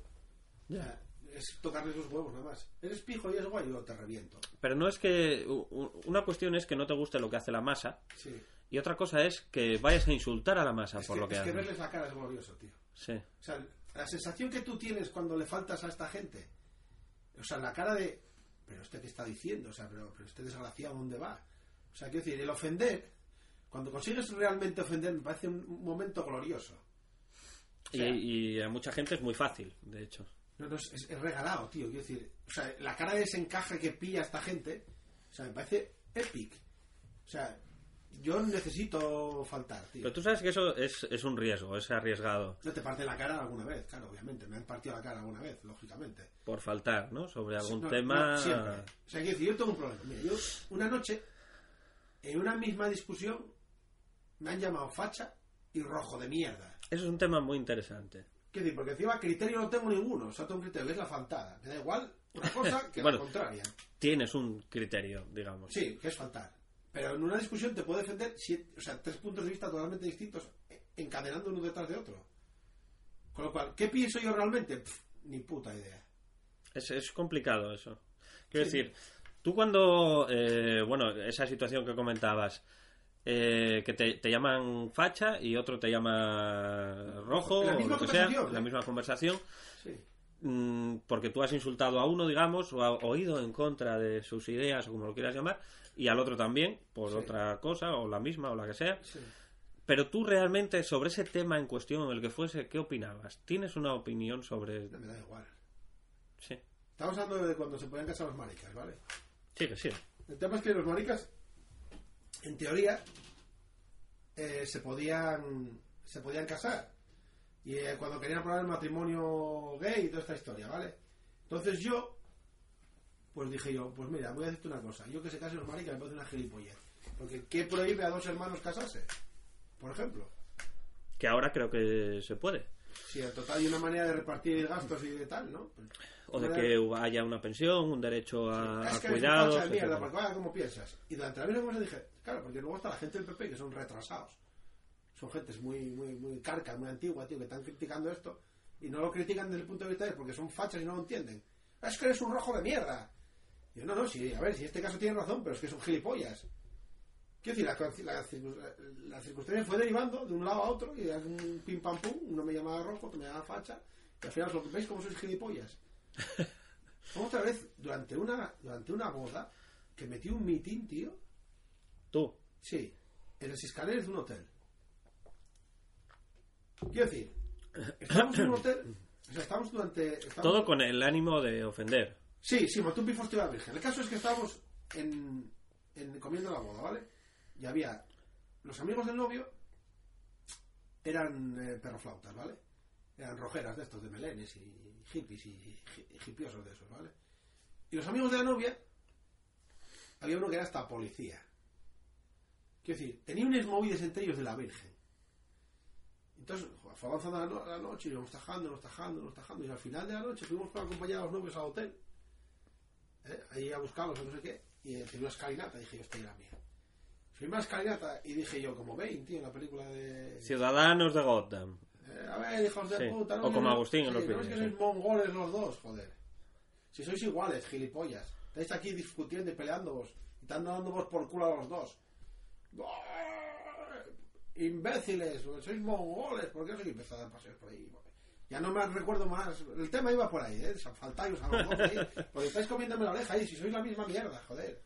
O sea, es tocarles los huevos nada más. Eres pijo y es guay, yo te reviento.
Pero no es que... u- u- Una cuestión es que no te guste lo que hace la masa
Sí.
y otra cosa es que vayas a insultar a la masa
Es
por
que,
lo que
es que
haces.
verles la cara es glorioso, tío.
Sí.
O sea, la sensación que tú tienes cuando le faltas a esta gente, o sea, la cara de, pero este que está diciendo, o sea, pero, pero este desgraciado, ¿dónde va? O sea, quiero decir, el ofender, cuando consigues realmente ofender, me parece un un momento glorioso.
Y,
sea-
y a mucha gente es muy fácil, de hecho.
No, no, es, es- es regalado, tío, quiero decir, o sea, la cara de desencaje que pilla esta gente, o sea, me parece epic. O sea, yo necesito faltar, tío.
Pero tú sabes que eso es, es un riesgo, es arriesgado
No te parte la cara alguna vez, claro, obviamente, me han partido la cara alguna vez, lógicamente.
por faltar, ¿no? Sobre algún
No,
tema...
no, siempre. O sea, quiero decir, yo tengo un problema. Mira, yo una noche, en una misma discusión, me han llamado facha y rojo de mierda.
Eso es un tema muy interesante.
Quiero decir, porque encima criterio no tengo ninguno. O sea, tengo un criterio, es la faltada. Me da igual una
<laughs>
cosa que
Bueno.
la contraria.
Tienes un criterio, digamos.
Sí, que es faltar. Pero en una discusión te puedo defender siete- o sea, tres puntos de vista totalmente distintos, eh, encadenando uno detrás de otro. Con lo cual, ¿qué pienso yo realmente? Pff, ni puta idea.
Es, es complicado eso. Quiero
Sí.
decir, tú cuando, eh, bueno, esa situación que comentabas, eh, que te, te llaman facha y otro te llama rojo,
La
o
misma
lo que sea,
conversación,
la
¿eh?
misma conversación,
Sí.
mm, porque tú has insultado a uno, digamos, o ha- o ido en contra de sus ideas, o como lo quieras llamar, y al otro también, por
Sí.
otra cosa, o la misma, o la que sea.
Sí.
Pero tú realmente, sobre ese tema en cuestión, el que fuese, ¿qué opinabas? ¿Tienes una opinión sobre...?
Me da igual.
Sí,
Estamos hablando de cuando se podían casar los maricas, ¿vale?
sí, que sí.
El tema es que los maricas, en teoría, eh, se podían se podían casar. Y eh, cuando querían probar el matrimonio gay y toda esta historia, ¿vale? Entonces yo, pues dije yo, pues mira, voy a decirte una cosa. Yo que se casen los maricas me parece una gilipollez. Porque ¿qué prohíbe a dos hermanos casarse? Por ejemplo.
Que ahora creo que se puede.
Si en total hay una manera de repartir gastos y de tal, ¿no?
O de
Una-
que haya una pensión, un derecho a,
es
a
que
cuidados.
eres un facha de mierda,
etcétera.
porque vaya como piensas. Y durante la misma cosa dije, claro, porque luego está la gente del PP que son retrasados. Son gentes muy, muy, muy carca, muy antigua, tío, que están criticando esto. Y no lo critican desde el punto de vista de porque son fachas y no lo entienden. Ah, Es que eres un rojo de mierda. Y yo, no, no, sí, a ver, si en este caso tiene razón, pero es que son gilipollas. Quiero decir, la, conci- la, circun- la circunstancia fue derivando de un lado a otro y era un pim pam pum, uno me llamaba rojo, otro me llamaba facha, y al final os lo veis como sois gilipollas. Otra vez, durante una, durante una boda, que metí un mitin, tío,
Tú,
sí, en las escaleras de un hotel. Quiero decir, estamos en un hotel, o sea, estamos durante... estamos-
todo con el ánimo de ofender.
Sí, sí, montó un pifo hostia a la virgen. El caso es que estábamos en, en- comiendo la boda, ¿vale? Y había los amigos del novio, eran eh, perroflautas, ¿vale? Eran rojeras de estos, de melenes y hippies y, hi- hipiosos de esos, ¿vale? Y los amigos de la novia, había uno que era hasta policía. Quiero decir, tenía unos móviles entre ellos de la Virgen. Entonces, joder, fue avanzando la, no- la noche, y íbamos tajando, nos tajando, nos tajando, y al final de la noche fuimos para acompañar a los novios al hotel, ¿eh? ahí a buscarlos, a no sé qué, y eh, tenía una escalinata, y dije yo, esta era mía. Fui a una escalinata y dije yo, como Bane, tío, en la película de...
Ciudadanos de Gotham.
Eh, a ver, hijos de
Sí.
puta.
O como
no-
Agustín en los
sí, no es
vídeos,
que
sí.
sois mongoles los dos, joder. Si sois iguales, gilipollas. Estáis aquí discutiendo y peleándoos. Y están dándoos por culo a los dos. ¡Buah! Imbéciles, pues, sois mongoles. ¿Por qué sois empezado a dar paseos por ahí? Ya no me recuerdo más. El tema iba por ahí, ¿eh? Faltáis a los dos ahí. Porque estáis comiéndome la oreja ahí. Si sois la misma mierda, joder.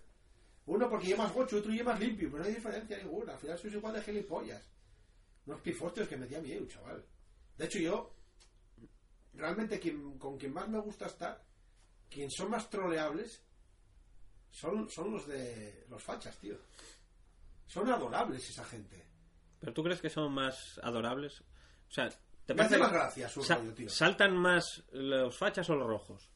Uno porque llevas gocho, otro llevas limpio. Pero no hay diferencia ninguna. Al final sois igual de gilipollas unos pifostios que metía miedo, chaval. De hecho, yo, realmente quien, con quien más me gusta estar, quien son más troleables, son, son los de los fachas, tío. Son adorables esa gente.
¿Pero tú crees que son más adorables? O sea, ¿te
Me
parece
hace más
que
gracia su
sa-
rollo, tío.
saltan más los fachas o los rojos?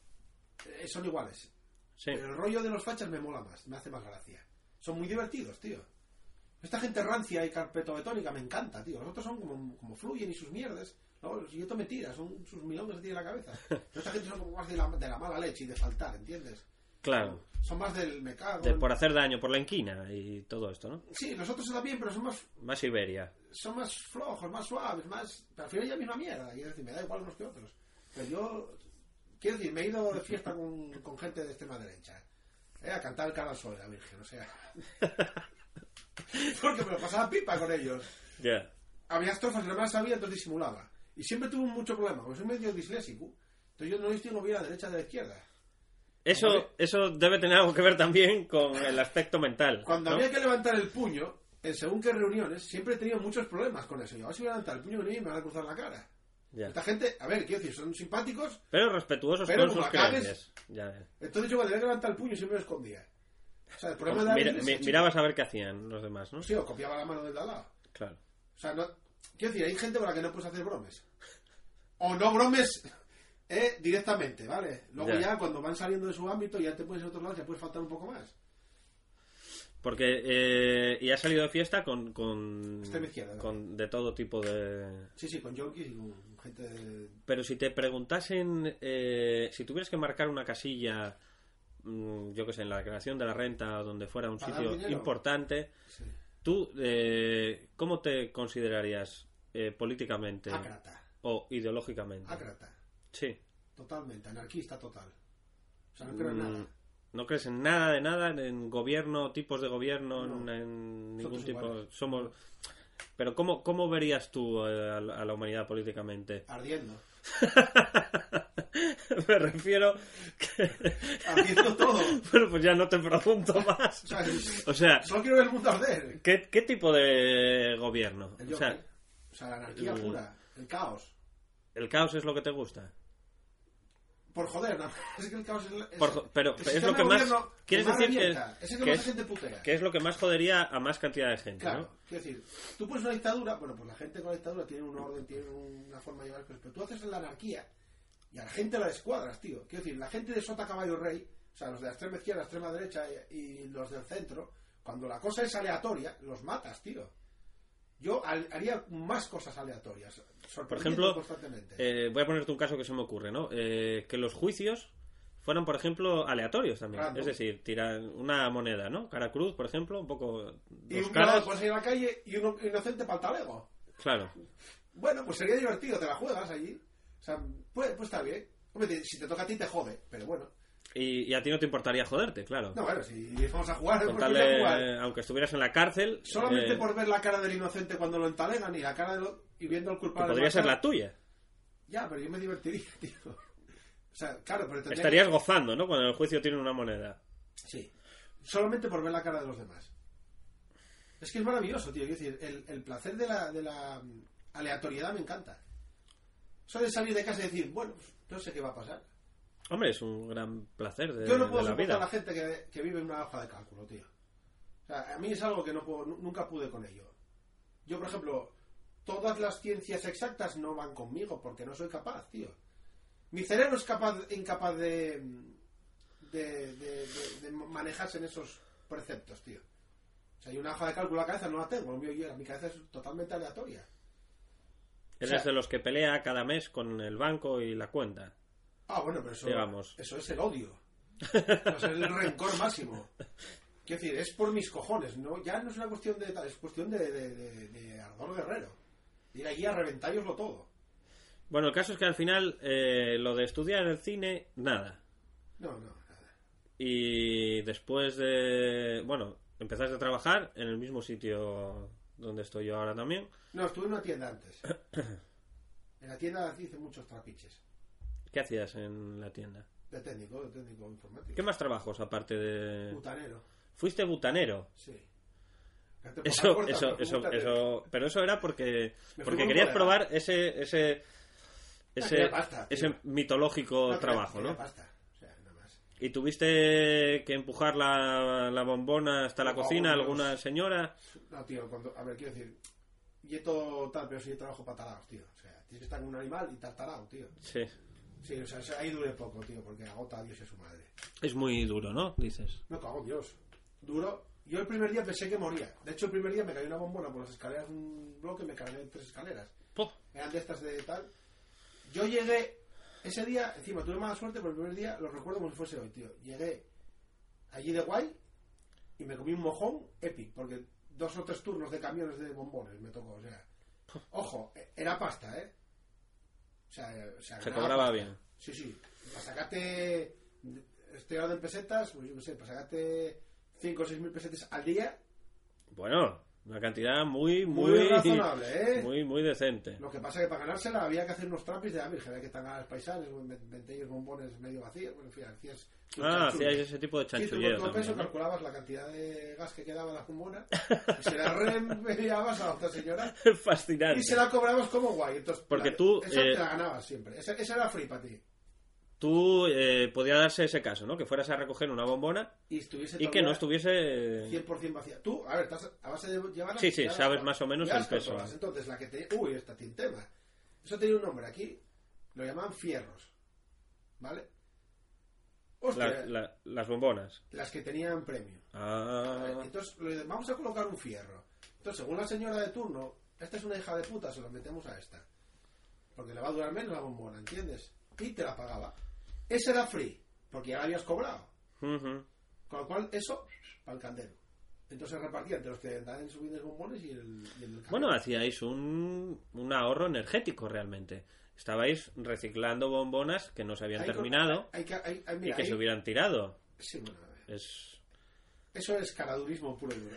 Eh, son iguales.
Sí.
Pero el rollo de los fachas me mola más, me hace más gracia. Son muy divertidos, tío. Esta gente rancia y carpetobetónica me encanta, tío. Los otros son como, como fluyen y sus mierdas. ¿no? Si yo te
<laughs>
me tira, son sus milongas que tiene la cabeza. Pero esta gente son como más de la, de la mala leche y de faltar, ¿entiendes?
Claro.
Son más del mercado.
De- por hacer daño, por la inquina y todo esto, ¿no?
Sí, los otros también, pero son más,
Más Iberia.
son más flojos, más suaves, más. Pero al final es la misma mierda. Quiero decir, me da igual unos que otros. Pero yo. Quiero decir, me he ido de fiesta con, con gente de extrema derecha. eh, a cantar el cara al sol, la virgen, o sea. Porque me lo pasaba pipa con ellos.
Ya.
había estrofas que no me las sabía, entonces disimulaba. Y siempre tuve mucho problema, porque soy medio disléxico. Entonces yo no distingo bien a la derecha de la izquierda.
Eso, eso debe tener algo que ver también con el aspecto mental.
Cuando
¿no?
había que levantar el puño, en según qué reuniones, siempre he tenido muchos problemas con eso. Yo, a ver si voy a levantar el puño que no, y me van a cruzar la cara.
Ya.
Esta gente, a ver, quiero decir, son simpáticos,
Pero respetuosos
Pero
con
como
sus
acabes-
creencias. Ya.
entonces yo cuando tenía que levantar el puño siempre me escondía. O sea, el problema de la
Pues Mira-
dislexia,
mi-
chico,
mirabas a ver qué hacían los demás, ¿no?
Sí, o copiaba la mano del de al lado.
Claro.
O sea, no, quiero decir, hay gente con la que no puedes hacer bromes. O no bromes <laughs> eh, directamente, ¿vale? Luego
Ya.
ya. cuando van saliendo de su ámbito ya te puedes ir a otro lado, ya puedes faltar un poco más.
Porque eh, y ha salido de fiesta con con,
Extrema izquierda, ¿no?
con de todo tipo de.
Sí, sí, con junkies y con gente de...
Pero si te preguntasen, eh, si tuvieras que marcar una casilla, mm, yo que sé, en la declaración de la renta, o donde fuera un
Para
sitio
dar dinero.
importante,
sí,
tú eh, cómo te considerarías eh, políticamente
ácrata,
o ideológicamente?
ácrata,
Sí.
totalmente, anarquista total. O sea, no creo en
Mm,
nada.
No crees en nada de nada, en gobierno, tipos de gobierno,
No.
en, en ningún
Nosotros
tipo.
iguales.
Somos. Pero ¿cómo, cómo verías tú eh, a, la- a la humanidad políticamente? <laughs>
Ardiendo.
Me refiero. Que... <laughs>
Ardiendo todo.
bueno, pues ya no te pregunto
O
más.
sea, es-
O sea,
solo quiero ver el mundo arder.
¿qué, qué tipo de gobierno?
El
O sea, mm.
Joker. O sea, la anarquía
el-
pura, el caos.
¿el caos es lo que te gusta?
Por joder, no. <laughs> es que el caos es... la- es-
Por jo- pero
el
es lo que
sistema de
más-
gobierno
¿quieres
más
decir que-
revienta, es el que,
que
más
es-
gente putea.
¿Qué es lo que más jodería a más cantidad de gente?
Claro,
¿no?
quiero decir, tú pones una dictadura, bueno, pues la gente con la dictadura tiene un orden, tiene una forma de llevar las cosas, pero tú haces la anarquía y a la gente la descuadras, tío. Quiero decir, la gente de Sota Caballo Rey, o sea, los de la extrema izquierda, la extrema derecha y, y los del centro, cuando la cosa es aleatoria, los matas, tío. Yo al- haría más cosas aleatorias,
Por ejemplo,
sorprendiendo constantemente.
eh, voy a ponerte un caso que se me ocurre, ¿no? Eh, que los juicios fueran, por ejemplo, aleatorios también.
Random.
Es decir, tirar una moneda, ¿no? Cara cruz, por ejemplo, un poco...
y
Dos
un
caras.
puedes ir a la calle y un inocente para el talego.
Claro.
Bueno, pues sería divertido, te la juegas allí. O sea, pues, pues está bien. Hombre, te- si te toca a ti te jode, pero bueno.
Y, y a ti no te importaría joderte, claro.
No, bueno, si vamos a jugar,
Con
pues
tal
voy a
de-
jugar.
aunque estuvieras en la cárcel,
Solamente
eh,
por ver la cara del inocente cuando lo entalegan y la cara de lo- y viendo al
que
culpable.
podría ser la
marchar.
tuya.
Ya, pero yo me divertiría, <laughs> tío. O sea, claro, pero tendría
Estarías gozando, ¿no? Cuando en el juicio tienen una moneda.
que- Sí. Solamente por ver la cara de los demás. Es que es maravilloso, tío. Quiero decir, el, el placer de la, de la mm, aleatoriedad me encanta. Solo de salir de casa y decir, bueno, pues, no sé qué va a pasar.
Hombre, es un gran placer de,
Yo no
de
puedo
la
soportar
vida.
a la gente que, que vive en una hoja de cálculo, tío. O sea, a mí es algo que no puedo- nu- nunca pude con ello. Yo, por ejemplo, todas las ciencias exactas no van conmigo porque no soy capaz, tío. Mi cerebro es capaz, incapaz de, de, de- de- de manejarse en esos preceptos, tío. O sea, hay una hoja de cálculo a la cabeza, no la tengo. Lo mío yo- mi cabeza es totalmente aleatoria.
Eres
o sea-
de los que pelea cada mes con el banco y la cuenta.
Ah, bueno, pero eso,
Digamos.
eso es el odio. Eso es el rencor máximo. Quiero decir, es por mis cojones, ¿no? Ya no es una cuestión de tal, es cuestión de, de, de- de ardor guerrero. Ir allí a reventároslo todo.
Bueno, el caso es que al final eh, lo de estudiar el cine, nada.
No, no, nada.
Y después de. Bueno, empezaste a trabajar en el mismo sitio donde estoy yo ahora también.
No, estuve en una tienda antes. En la tienda hice muchos trapiches.
¿Qué hacías en la tienda?
De técnico, de técnico informático.
¿Qué más trabajos aparte de.?
Butanero,
Fuiste butanero.
sí. La temporada
Eso,
corta,
eso,
pero
eso,
Ah, butanero.
eso. Pero eso era porque.
fui con
Porque
un
querías
colega.
probar ese. ese ese,
quería pasta, tío.
ese mitológico
No, que
trabajo,
era-
¿no?
era pasta, o sea, nada más.
Y tuviste que empujar la, la bombona hasta la
Oh,
cocina,
Dios.
alguna señora.
No, tío, cuando, a ver, quiero decir, yeto tal, pero si yo trabajo para tarados, tío. O sea, tienes que estar con un animal y estar tarado, tío.
Sí.
Sí, o sea, eso- ahí dure poco, tío, porque agota a Dios y a su madre.
Es muy duro, ¿no? Dices.
No cago en Dios. Duro. Yo el primer día pensé que moría. De hecho, el primer día me cayó una bombona por las escaleras de un bloque y me cargué en tres escaleras.
Po.
Eran de estas de tal. Yo llegué, ese día, encima tuve mala suerte, pero el primer día lo recuerdo como si fuese hoy, tío. Llegué allí de guay y me comí un mojón epic, porque dos o tres turnos de camiones de bombones me tocó. O sea, ojo, e- era pasta, ¿eh? O sea, eh, o sea,
Se
ganaba
cobraba
pasta.
bien.
Sí, sí. Para sacarte. Estoy hablando en pesetas, pues yo no sé, para sacarte 5 o 6 mil pesetas al día,
Bueno, una cantidad muy, muy,
muy, razonable, ¿eh?
muy, muy decente.
Lo que pasa es que para ganársela había que hacer unos trampis de la Virgen, había que tangar a los paisanes, venteillos bombones medio vacíos, bueno, en fin, hacías.
ah,
chanchullos.
hacíais ese tipo de
Hiciste con
chanchulleo
todo
también.
peso,
¿no?
calculabas la cantidad de gas que quedaba en la pulmona, y se la <laughs> remediabas a la otra señora
<laughs> Fascinante.
y se la cobrabas como guay. Entonces,
Porque
la-
tú,
Esa
eh,
te la ganabas siempre. Esa, esa era free para ti.
Tú eh, podía darse ese caso, ¿no? Que fueras a recoger una bombona
Y, estuviese
y que no
todavía
estuviese...
100% vacía. Tú, a ver, estás a base de llevar...
Sí, sí,
ya las-
sabes más o menos
ya
el
las
peso,
controlas.
¿eh?
Entonces, la que te... Uy, esta tiene tema. Eso tenía un nombre aquí. Lo llamaban fierros. ¿Vale? Hostia,
la- la- las bombonas.
las que tenían premio.
Ah,
Entonces, le- vamos a colocar un fierro. Entonces, según la señora de turno, esta es una hija de puta, se la metemos a esta. Porque le va a durar menos la bombona, ¿entiendes? Y te la pagaba. Ese era free, porque ya la habías cobrado.
ujú.
Con lo cual, eso, para el candero. Entonces repartía entre los que andaban subiendo los bombones y el, y el
Bueno, hacíais un, un ahorro energético realmente. Estabais reciclando bombonas que no se habían
Ahí con-
terminado
hay que- hay- hay-
y
mira,
que
ahí-
se hubieran tirado.
sí, bueno, a ver.
Es...
eso es caradurismo puro
<laughs>
y duro.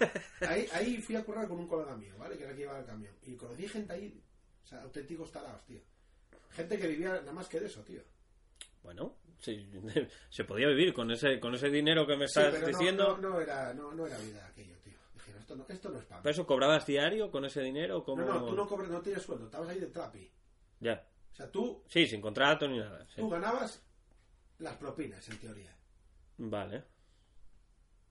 ahí, ahí fui a currar con un colega mío, ¿vale? Que era el que llevaba el camión. Y conocí gente ahí, o sea, auténticos tarados, tío. Gente que vivía nada más que de eso, tío.
Bueno, sí, <laughs> se podía vivir con ese con ese dinero que me
Sí,
estás
pero no-
diciendo.
No, no, era, no, no era vida aquello, tío. Dijeron, esto no, esto no es para mí.
¿Pero eso cobrabas diario con ese dinero?
No,
como
no, tú no cobras, no tienes sueldo, estabas ahí de trapi.
Ya.
O sea, tú,
Sí, sin contrato ni nada. sí.
tú ganabas las propinas, en teoría.
Vale.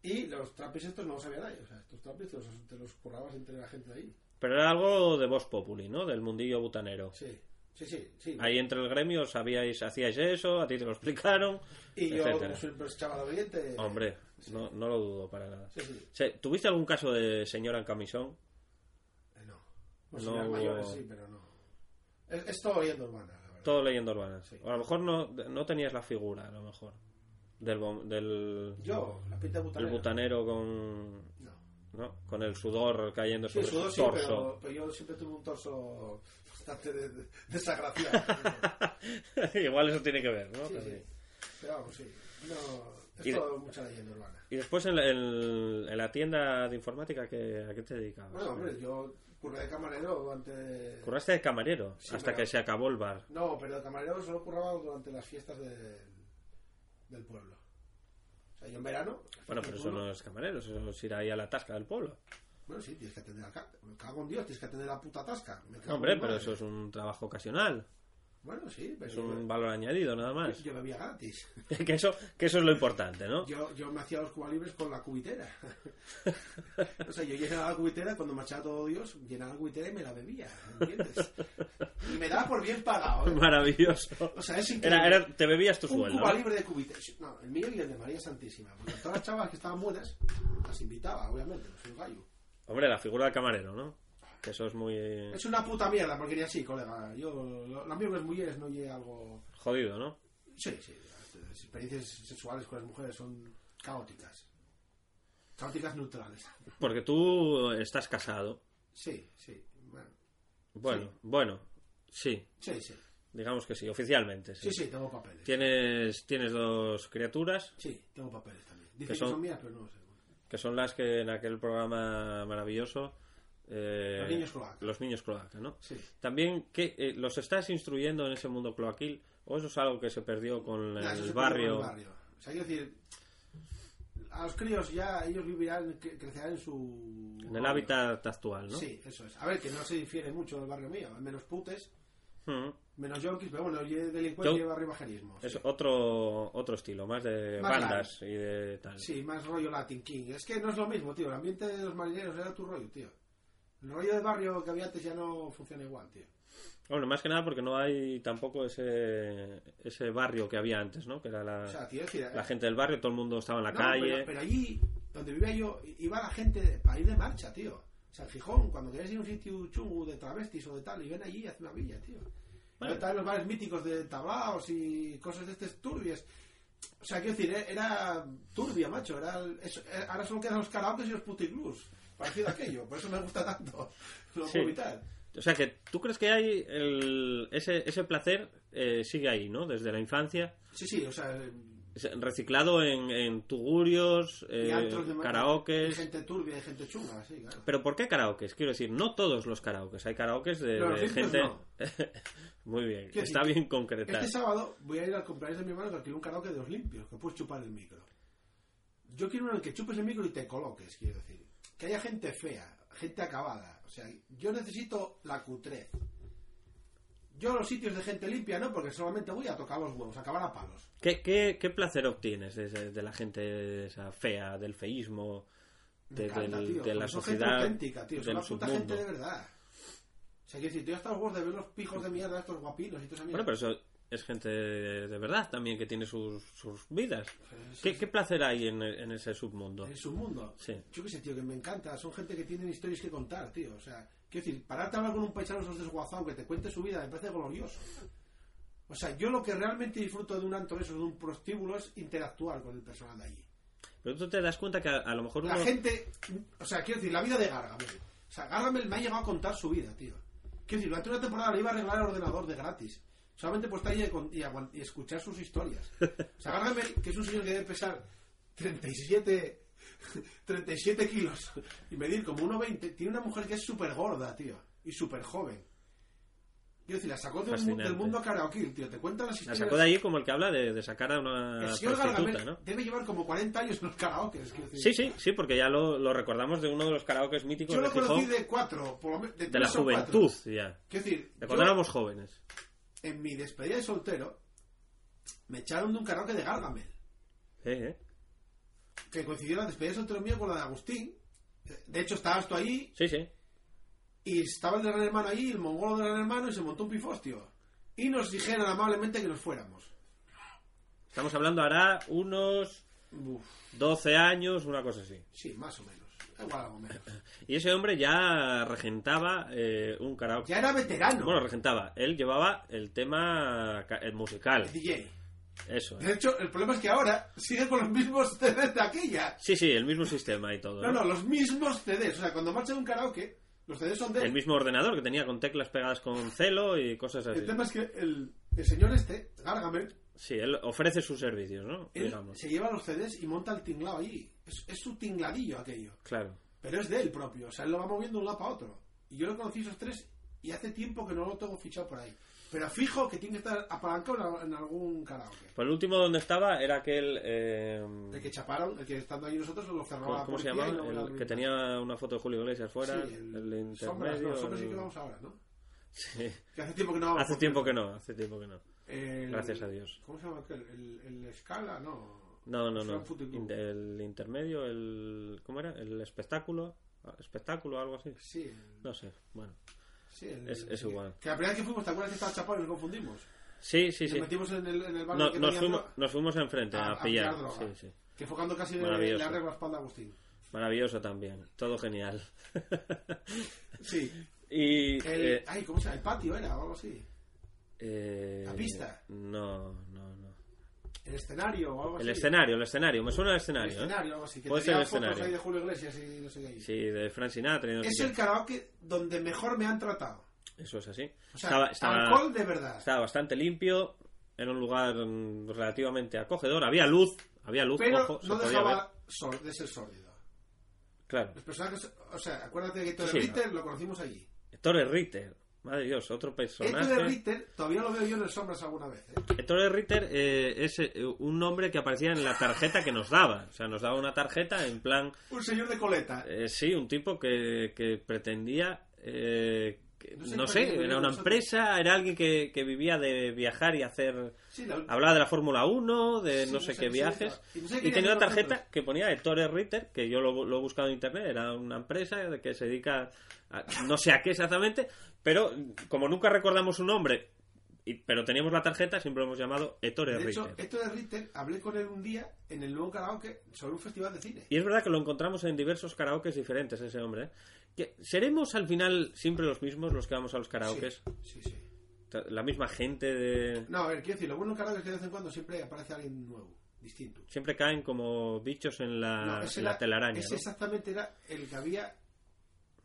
Y los trapis estos no los sabía nadie. O sea, estos trapis te los, te los currabas entre la gente de ahí.
Pero era algo de Voz Populi, ¿no? Del mundillo butanero.
Sí, sí, sí. sí.
Ahí entre el gremio sabíais, hacíais eso, a ti te lo explicaron.
y yo,
etcétera.
como siempre, es chaval obediente.
Hombre, no, no lo dudo para nada.
Sí, sí.
Se- ¿Tuviste algún caso de señora en camisón?
eh, No. Pues
No
si eran
hubo-
mayores, sí, pero no. Es, es todo oyendo urbana, la verdad.
Todo leyendo urbana.
Sí.
O a lo mejor no, no tenías la figura, a lo mejor. Del, bom- del,
Yo, la pinta de
del butanero
butanero.
con,
No.
¿no? con el sudor cayendo
Sí,
sobre
sudor
su
sí,
torso.
pero, pero yo siempre tuve un torso <laughs> bastante de- de-
<laughs>
desagraciado.
Igual eso tiene que ver, ¿no? Pues
Sí,
También.
sí. Pero vamos, sí. No,
Y
es
de-
todo mucha leyenda urbana.
Y después en la, en- en la tienda de informática, ¿qué- ¿a qué te dedicabas?
Bueno, hombre, yo curré de camarero antes...
Curraste de camarero
Sí,
hasta
pero-
que se acabó el bar.
No, pero de camarero solo curraba durante las fiestas del, del pueblo. O sea, yo en verano...
Bueno, pero eso no es camarero, eso es ir ahí a la tasca del pueblo.
Bueno, sí, tienes que atender al... ca- Me cago en Dios, tienes que atender la puta tasca. Me cago
No, hombre,
en mi
pero
madre.
eso es un trabajo ocasional,
Bueno, sí, pero
es
Pues yo,
un valor añadido nada más.
yo bebía gratis.
<laughs> que, eso, que eso es lo importante, ¿no?
Yo, yo me hacía los cubalibres con la cubitera. o sea, yo llenaba la cubitera, cuando marchaba todo Dios, llenaba la cubitera y me la bebía, ¿entiendes? y me daba por bien pagado.
<laughs> <laughs>
¿eh?
Maravilloso.
O sea, es increíble.
Era, era- te bebías tu
un
sueldo.
cuba
¿no?
libre de cubitera. No, el mío y el de María Santísima. Porque a todas las chavas que estaban buenas, las invitaba, obviamente, no soy un gallo.
Hombre, la figura del camarero, ¿no? Que eso es muy
Es una puta mierda, porque ni así, colega. Yo, lo, lo mío que es mujeres, no llegué algo...
jodido, ¿no?
Sí, sí. Las experiencias sexuales con las mujeres son caóticas. Caóticas neutrales.
Porque tú estás casado.
Sí, sí. Bueno,
Bueno, bueno, sí,
sí, sí.
digamos que sí, oficialmente. Sí.
Sí, sí, tengo papeles.
Tienes, tienes dos criaturas,
Sí, tengo papeles también.
¿Qué
Dicen que
son?
son, mías, pero no lo sé.
que son las que en aquel programa maravilloso... eh,
Los niños cloaca.
Los niños cloaca, ¿no?
Sí.
También, ¿qué, eh, ¿los estás instruyendo en ese mundo cloaquil? ¿O eso es algo que se perdió con
Nah, eso
el
se
barrio?
puede con el barrio. O sea, quiero decir, a los críos ya ellos vivirán, cre- crecerán en su...
En el hábitat actual, ¿no?
Sí, eso es. A ver, que no se difiere mucho el barrio mío. Menos putes,
Mm.
menos yonkis, pero bueno, yo delincuente
Yo-
y barrio bajerismo.
Es
sí.
otro, otro estilo, más de
Más
bandas y de tal.
Sí, más rollo Latin King. Es que no es lo mismo, tío. El ambiente de los marineros era tu rollo, tío. El rollo de barrio que había antes ya no funciona igual, tío.
Bueno, más que nada porque no hay tampoco ese, ese barrio que había antes, ¿no? Que era la,
O sea, tío, es decir,
Ah. la gente del barrio, todo el mundo estaba en la
No,
calle.
Pero, pero allí, donde vivía yo, iba la gente de- para ir de marcha, tío. O sea, en Gijón, cuando querías ir a un sitio chungo de travestis o de tal, y ven allí y hacen una villa, tío.
Bueno.
Bueno. Están los bares míticos de tablaos y cosas de estas turbias. O sea, quiero decir, eh, era turbia, macho. Era, el- eso- eh, ahora solo quedan los karaokes y los puticlubs. Parecido a aquello. Por eso me gusta tanto. Lo
Sí.
puedo evitar.
O sea que tú crees que hay el- ese, ese placer eh, sigue ahí, ¿no? Desde la infancia,
Sí, sí, o sea... eh,
Es reciclado en, en tugurios,
y
eh,
antros de- hay
karaokes.
gente turbia, hay gente chunga, sí, claro.
Pero ¿por qué karaokes? Quiero decir, no todos los karaokes. Hay karaokes de,
Pero
de
los filtros
gente.
no.
<laughs> Muy bien,
Quiero
está
decir,
bien concretar.
Este sábado voy a ir al cumpleaños de mi hermano que alquiló un karaoke de los limpios, que puedes chupar el micro. Yo quiero uno en el que chupes el micro y te coloques, quiero decir. Que haya gente fea, gente acabada. O sea, yo necesito la cutrez. Yo a los sitios de gente limpia no, porque solamente voy a tocar los huevos, a acabar a palos.
¿Qué, qué, qué placer obtienes de, ese- de la gente esa fea, del feísmo,
Me
de,
encanta,
del-
tío.
de la
Pero son gente
sociedad,
auténtica, tío. Son
del
la puta
submundo?
gente de verdad. O sea, quiero decir, yo hasta los huevos de ver los pijos de mierda, estos guapinos y toda esa mierda.
Bueno, pero eso es gente de, de verdad también que tiene sus, sus vidas.
Sí,
¿Qué,
sí.
qué placer hay en, en ese submundo?
En su mundo.
Sí.
Yo qué sé, tío, que me encanta. Son gente que tienen historias que contar, tío. O sea, quiero decir, pararte a hablar con un paisano de esos desguazado que te cuente su vida me parece glorioso. O sea, yo lo que realmente disfruto de un antro de esos, de un prostíbulo, es interactuar con el personal de allí.
Pero tú te das cuenta que a, a lo mejor
La
uno-
gente, o sea, quiero decir, la vida de Gargamel. O sea, Gargamel me ha llegado a contar su vida, tío. Quiero decir, durante una temporada le iba a arreglar el ordenador de gratis. Solamente por estar ahí y, con- y aguant- y escuchar sus historias. O sea, Gargamel, que es un señor que debe pesar <laughs> 37, 37 kilos y medir como 1,20, tiene una mujer que es súper gorda, tío. Y súper joven. Quiero decir, la sacó de un mu-
Fascinante.
del mundo karaoke, tío. Te cuentan las
la
historias.
sacó de allí como el que habla de, de sacar a una
el señor Gargamel
prostituta, ¿no?
debe llevar como 40 años en los karaokes. quiero decir.
Sí, sí, sí, porque ya lo, lo recordamos de uno de los karaokes míticos
Yo
de
lo conocí
Gijón, de,
de cuatro, por lo menos. De,
la
tres o cuatro.
juventud, ya.
Quiero decir,
De
yo,
cuando éramos jóvenes.
en mi despedida de soltero, me echaron de un karaoke de Gargamel.
Eh, eh.
Que coincidió la despedida de soltero mío con la de Agustín. De hecho, estabas tú ahí,
Sí, sí.
y estaba el de Gran Hermano ahí, el mongolo de Gran Hermano, y se montó un pifostio. Y nos dijeron amablemente que nos fuéramos.
Estamos hablando ahora unos
Uf,
12 años, una cosa así.
sí, más o menos. Igual algo menos.
Y ese hombre ya regentaba eh, un karaoke.
Ya era veterano.
Bueno, regentaba. Él llevaba el tema ca- el musical.
el DJ.
Eso. eh.
De hecho, el problema es que ahora sigue con los mismos <laughs> CDs de aquella.
Sí, sí, el mismo sistema y todo.
No,
¿no?
no, los mismos CDs. O sea, cuando marcha de un karaoke, los CDs son de él.
El mismo ordenador que tenía con teclas pegadas con celo y cosas así.
El tema es que el, el señor este, Gargamel,
Sí, él ofrece sus servicios, ¿no?
él
Digamos.
se lleva los CDs y monta el tinglado allí. Es, es su tingladillo aquello.
Claro.
Pero es de él propio, o sea, él lo va moviendo de un lado para otro. Y yo lo conocí esos tres y hace tiempo que no lo tengo fichado por ahí. Pero fijo que tiene que estar apalancado en al- en algún karaoke.
Pues el último donde estaba era aquel. eh,
El que chaparon, el que estando allí nosotros lo cerró
¿Cómo,
la
cómo se
policía
llamaba?
y luego
El
la-
que tenía una foto de Julio Iglesias
Sí,
fuera.
el-
el,
Sombras,
intermedio.
no, sombras sí
el-
que vamos ahora, ¿no?
<laughs> Sí.
Que hace tiempo que no.
Hace tiempo que no, hace tiempo que no.
El-
Gracias a Dios.
¿Cómo se llama aquel? ¿El, el escala? No.
No, no,
Fue
no.
un fútbol club.
In- El intermedio, el. ¿Cómo era? El espectáculo. ¿Espectáculo algo así?
Sí. el-
No sé. Bueno.
Sí, el-
Es- es
sí.
igual.
Que la primera vez que fuimos, ¿te acuerdas que estaba chapado y nos confundimos?
Sí, sí,
Nos
sí.
metimos en el, en el barrio
No,
que
nos,
tenía
fuimos,
droga,
nos fuimos enfrente
A-
a,
a
pillar.
pillar droga.
Sí, sí.
que fue cuando casi le,
Maravilloso.
le arreglo la espalda a Agustín.
Maravilloso también. Todo genial. <laughs>
Sí.
y.
<laughs> El,
eh,
ay, ¿cómo se llama? El patio era o algo así.
eh,
¿La pista?
No, no, no.
El escenario o algo
El
así.
escenario, el escenario. Me suena el
El
escenario. ¿eh?
escenario, algo así. Que
Puede ser
tenía
el
fotos
escenario.
ahí de Julio Iglesias y no sé qué. ahí.
Sí, de Frank Sinatra. y no sé
Es
qué.
el karaoke donde mejor me han tratado.
Eso es así.
O sea,
estaba, estaba-
alcohol de verdad.
estaba bastante limpio. Era un lugar mm, relativamente acogedor. Había luz. Había luz.
pero
ojo, se
no
podía ver.
dejaba sor- de ser sórdido.
Claro.
Los personajes, o sea, acuérdate que Héctor
Sí, sí.
Ritter lo conocimos allí.
Héctor Ritter. Madre de Dios, otro personaje.
Héctor Ritter todavía lo veo yo en el sombras alguna vez. ¿eh?
Héctor Ritter eh, es eh, un nombre que aparecía en la tarjeta que nos daba. O sea, nos daba una tarjeta en plan...
Un señor de coleta.
eh, sí, un tipo que, que pretendía... eh, que-
No sé
no
por qué
sé, era
venimos
una
nosotros.
empresa, era alguien que, que vivía de viajar y hacer...
Sí, la-
Hablaba de la Fórmula 1, de
Sí,
no
no
sé
sé
qué
qué
viajes.
significa. Y no sé qué
Y tenía
querían
una
nosotros.
tarjeta que ponía Héctor Ritter, que yo lo, lo he buscado en internet, era una empresa de que se dedica a no sé a qué exactamente, pero como nunca recordamos su nombre, y- pero teníamos la tarjeta, siempre lo hemos llamado Héctor
de hecho,
Ritter.
Héctor Ritter hablé con él un día en el nuevo karaoke sobre un festival de cine.
Y es verdad que lo encontramos en diversos karaokes diferentes, ese hombre. ¿eh? Que ¿Seremos al final siempre los mismos los que vamos a los karaokes?
Sí, sí, sí.
La misma gente de...
No, a ver, quiero decir, lo bueno del karaoke es que de vez en cuando siempre aparece alguien nuevo, distinto.
Siempre caen como bichos en la,
No, ese
en Ah, la
era-
telaraña,
Ese
¿no?
exactamente era el que había,